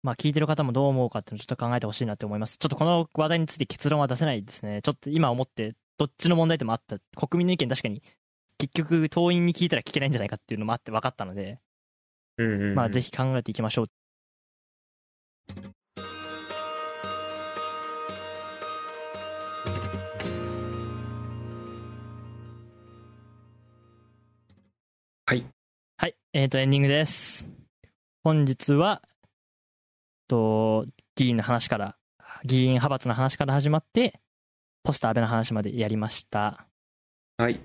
[SPEAKER 1] まあ聞いてる方もどう思うかっていうのをちょっと考えてほしいなって思いますちょっとこの話題について結論は出せないですねちょっと今思ってどっちの問題点もあった。国民の意見確かに、結局党員に聞いたら聞けないんじゃないかっていうのもあって分かったので、
[SPEAKER 2] うんうんうん
[SPEAKER 1] まあぜひ考えていきましょう。
[SPEAKER 2] はい。
[SPEAKER 1] はい。えっ、と、エンディングです。本日は、と、議員の話から、議員派閥の話から始まって、ポスター安倍の話までやりました。
[SPEAKER 2] はい。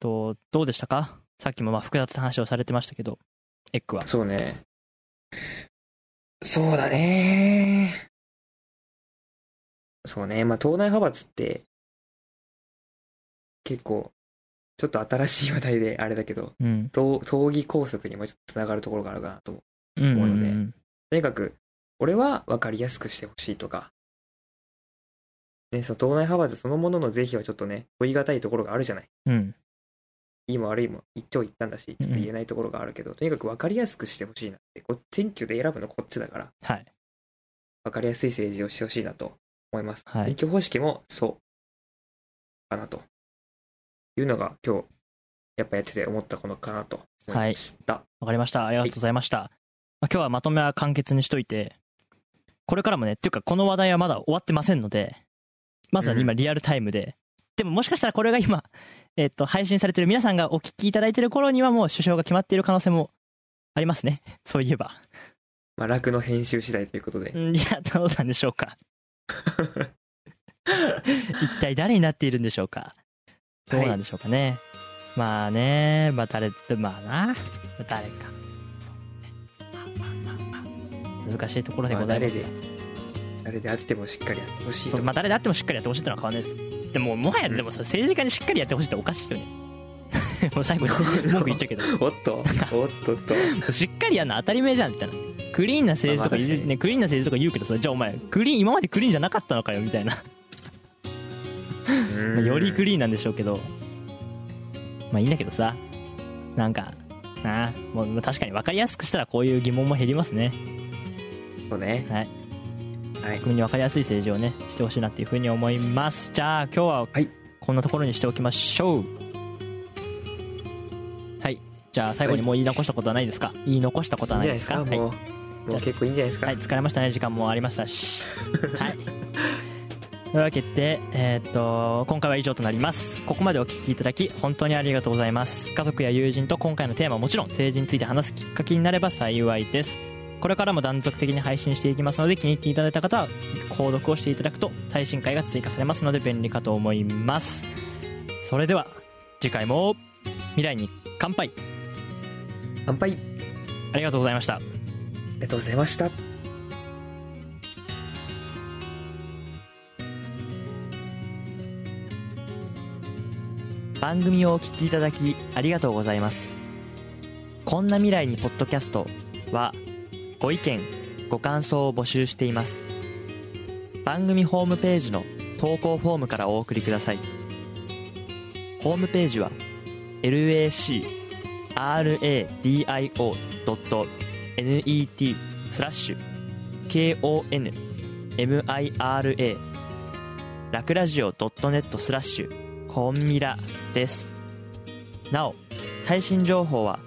[SPEAKER 1] と、どうでしたかさっきもまあ複雑な話をされてましたけど、エッグは。
[SPEAKER 2] そうね。そうだね。そうね。まあ、党内派閥って、結構、ちょっと新しい話題であれだけど、
[SPEAKER 1] うん。
[SPEAKER 2] 党党議拘束にもちょっとつながるところがあるかなと思う。
[SPEAKER 1] うんうん、うん
[SPEAKER 2] 思うのとにかく、俺は分かりやすくしてほしいとか、ね、その党内派閥そのものの是非はちょっとね、問い難いところがあるじゃない。
[SPEAKER 1] うん。
[SPEAKER 2] いいも悪いも一長一短だし、ちょっと言えないところがあるけど、とにかく分かりやすくしてほしいなって、こ選挙で選ぶのこっちだから、
[SPEAKER 1] はい。
[SPEAKER 2] 分かりやすい政治をしてほしいなと思います。
[SPEAKER 1] はい
[SPEAKER 2] 選挙方式もそうかなというのが今日やっぱやってて思ったことかなと思いました。
[SPEAKER 1] わかりました。ありがとうございました。まあ今日はまとめは簡潔にしといて、これからもね、っていうかこの話題はまだ終わってませんので、まずは今
[SPEAKER 2] う
[SPEAKER 1] リアルタイムで、でももしかしたらこれが今、 (laughs) えっと、配信されてる皆さんがお聞きいただいてる頃にはもう首相が決まっている可能性もありますね。そういえば。
[SPEAKER 2] まあ楽の編集次第ということで、
[SPEAKER 1] うんいや、どうなんでしょう
[SPEAKER 2] (laughs)
[SPEAKER 1] か。一体誰になっているんでしょうか。どうなんでしょうかね。まあね、まあ誰、まあな、誰か。そうねまあまあまあまあ難しいところで
[SPEAKER 2] ま
[SPEAKER 1] ご
[SPEAKER 2] あ
[SPEAKER 1] ざいま
[SPEAKER 2] 誰
[SPEAKER 1] す
[SPEAKER 2] で
[SPEAKER 1] が。
[SPEAKER 2] 誰であってもしっかりやってほしい
[SPEAKER 1] そ
[SPEAKER 2] と
[SPEAKER 1] うまあ誰であってもしっかりやってほしいってのは変わらないです。でも、もはや、
[SPEAKER 2] うん
[SPEAKER 1] でもさ、政治家にしっかりやってほしいっておかしいよ
[SPEAKER 2] (laughs)
[SPEAKER 1] ね。もう最後に文句言っちゃうけど。
[SPEAKER 2] おっ
[SPEAKER 1] (laughs)
[SPEAKER 2] とおっとっと
[SPEAKER 1] しっかりやんな当たり前じゃんみたいなクリーンな政治とか
[SPEAKER 2] まあまあ
[SPEAKER 1] 言
[SPEAKER 2] 確か
[SPEAKER 1] う、
[SPEAKER 2] に
[SPEAKER 1] ね、クリーンな政治とか言うけどさじゃあお前クリーン今までクリーンじゃなかったのかよみたいな、まあよりクリ
[SPEAKER 2] リ
[SPEAKER 1] ーンなんでしょうけどまあいいんだけどさなんかああもうまあ確かに分かりやすくしたらこういう疑問も減りますね
[SPEAKER 2] そうね
[SPEAKER 1] はい (laughs)
[SPEAKER 2] はい
[SPEAKER 1] 国民に分かりやすい政治をねしてほしいなっていうふうに思いますじゃあ今日は
[SPEAKER 2] はい
[SPEAKER 1] こんなところにしておきましょうはいじゃあ最後にもう言い残したことはないですか言い残したこと
[SPEAKER 2] いい
[SPEAKER 1] は
[SPEAKER 2] ん
[SPEAKER 1] な
[SPEAKER 2] じ
[SPEAKER 1] い
[SPEAKER 2] ゃない
[SPEAKER 1] で
[SPEAKER 2] ですす
[SPEAKER 1] か
[SPEAKER 2] か、
[SPEAKER 1] はい
[SPEAKER 2] もう、もう結構いいんじゃないですか、
[SPEAKER 1] はい、疲れましたね、時間もありましたし。はい。というわけで、えーっと、今回は以上となります。ここまでお聞きいただき、本当にありがとうございます。家族や友人と今回のテーマはもちろん、政治について話すきっかけになれば幸いです。これからも断続的に配信していきますので、気に入っていただいた方は、購読をしていただくと、最新回が追加されますので、便利かと思います。それでは、次回も、未来に乾杯
[SPEAKER 2] 乾杯あ
[SPEAKER 1] ありがとうございました。
[SPEAKER 2] りがとうございました
[SPEAKER 1] 番組をお聞きいただきありがとうございますこんな未来にポッドキャストはご意見ご感想を募集しています番組ホームページの投稿フォームからお送りくださいホームページは lacradio.net スラッシュ konmira ラクラジオ .net スラッシュコンミラですなお最新情報は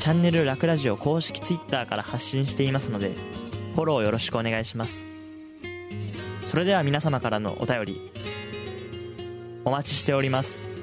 [SPEAKER 1] チャンネルラクラジオ公式 Twitter から発信していますのでフォローよろしくお願いしますそれでは皆様からのお便りお待ちしております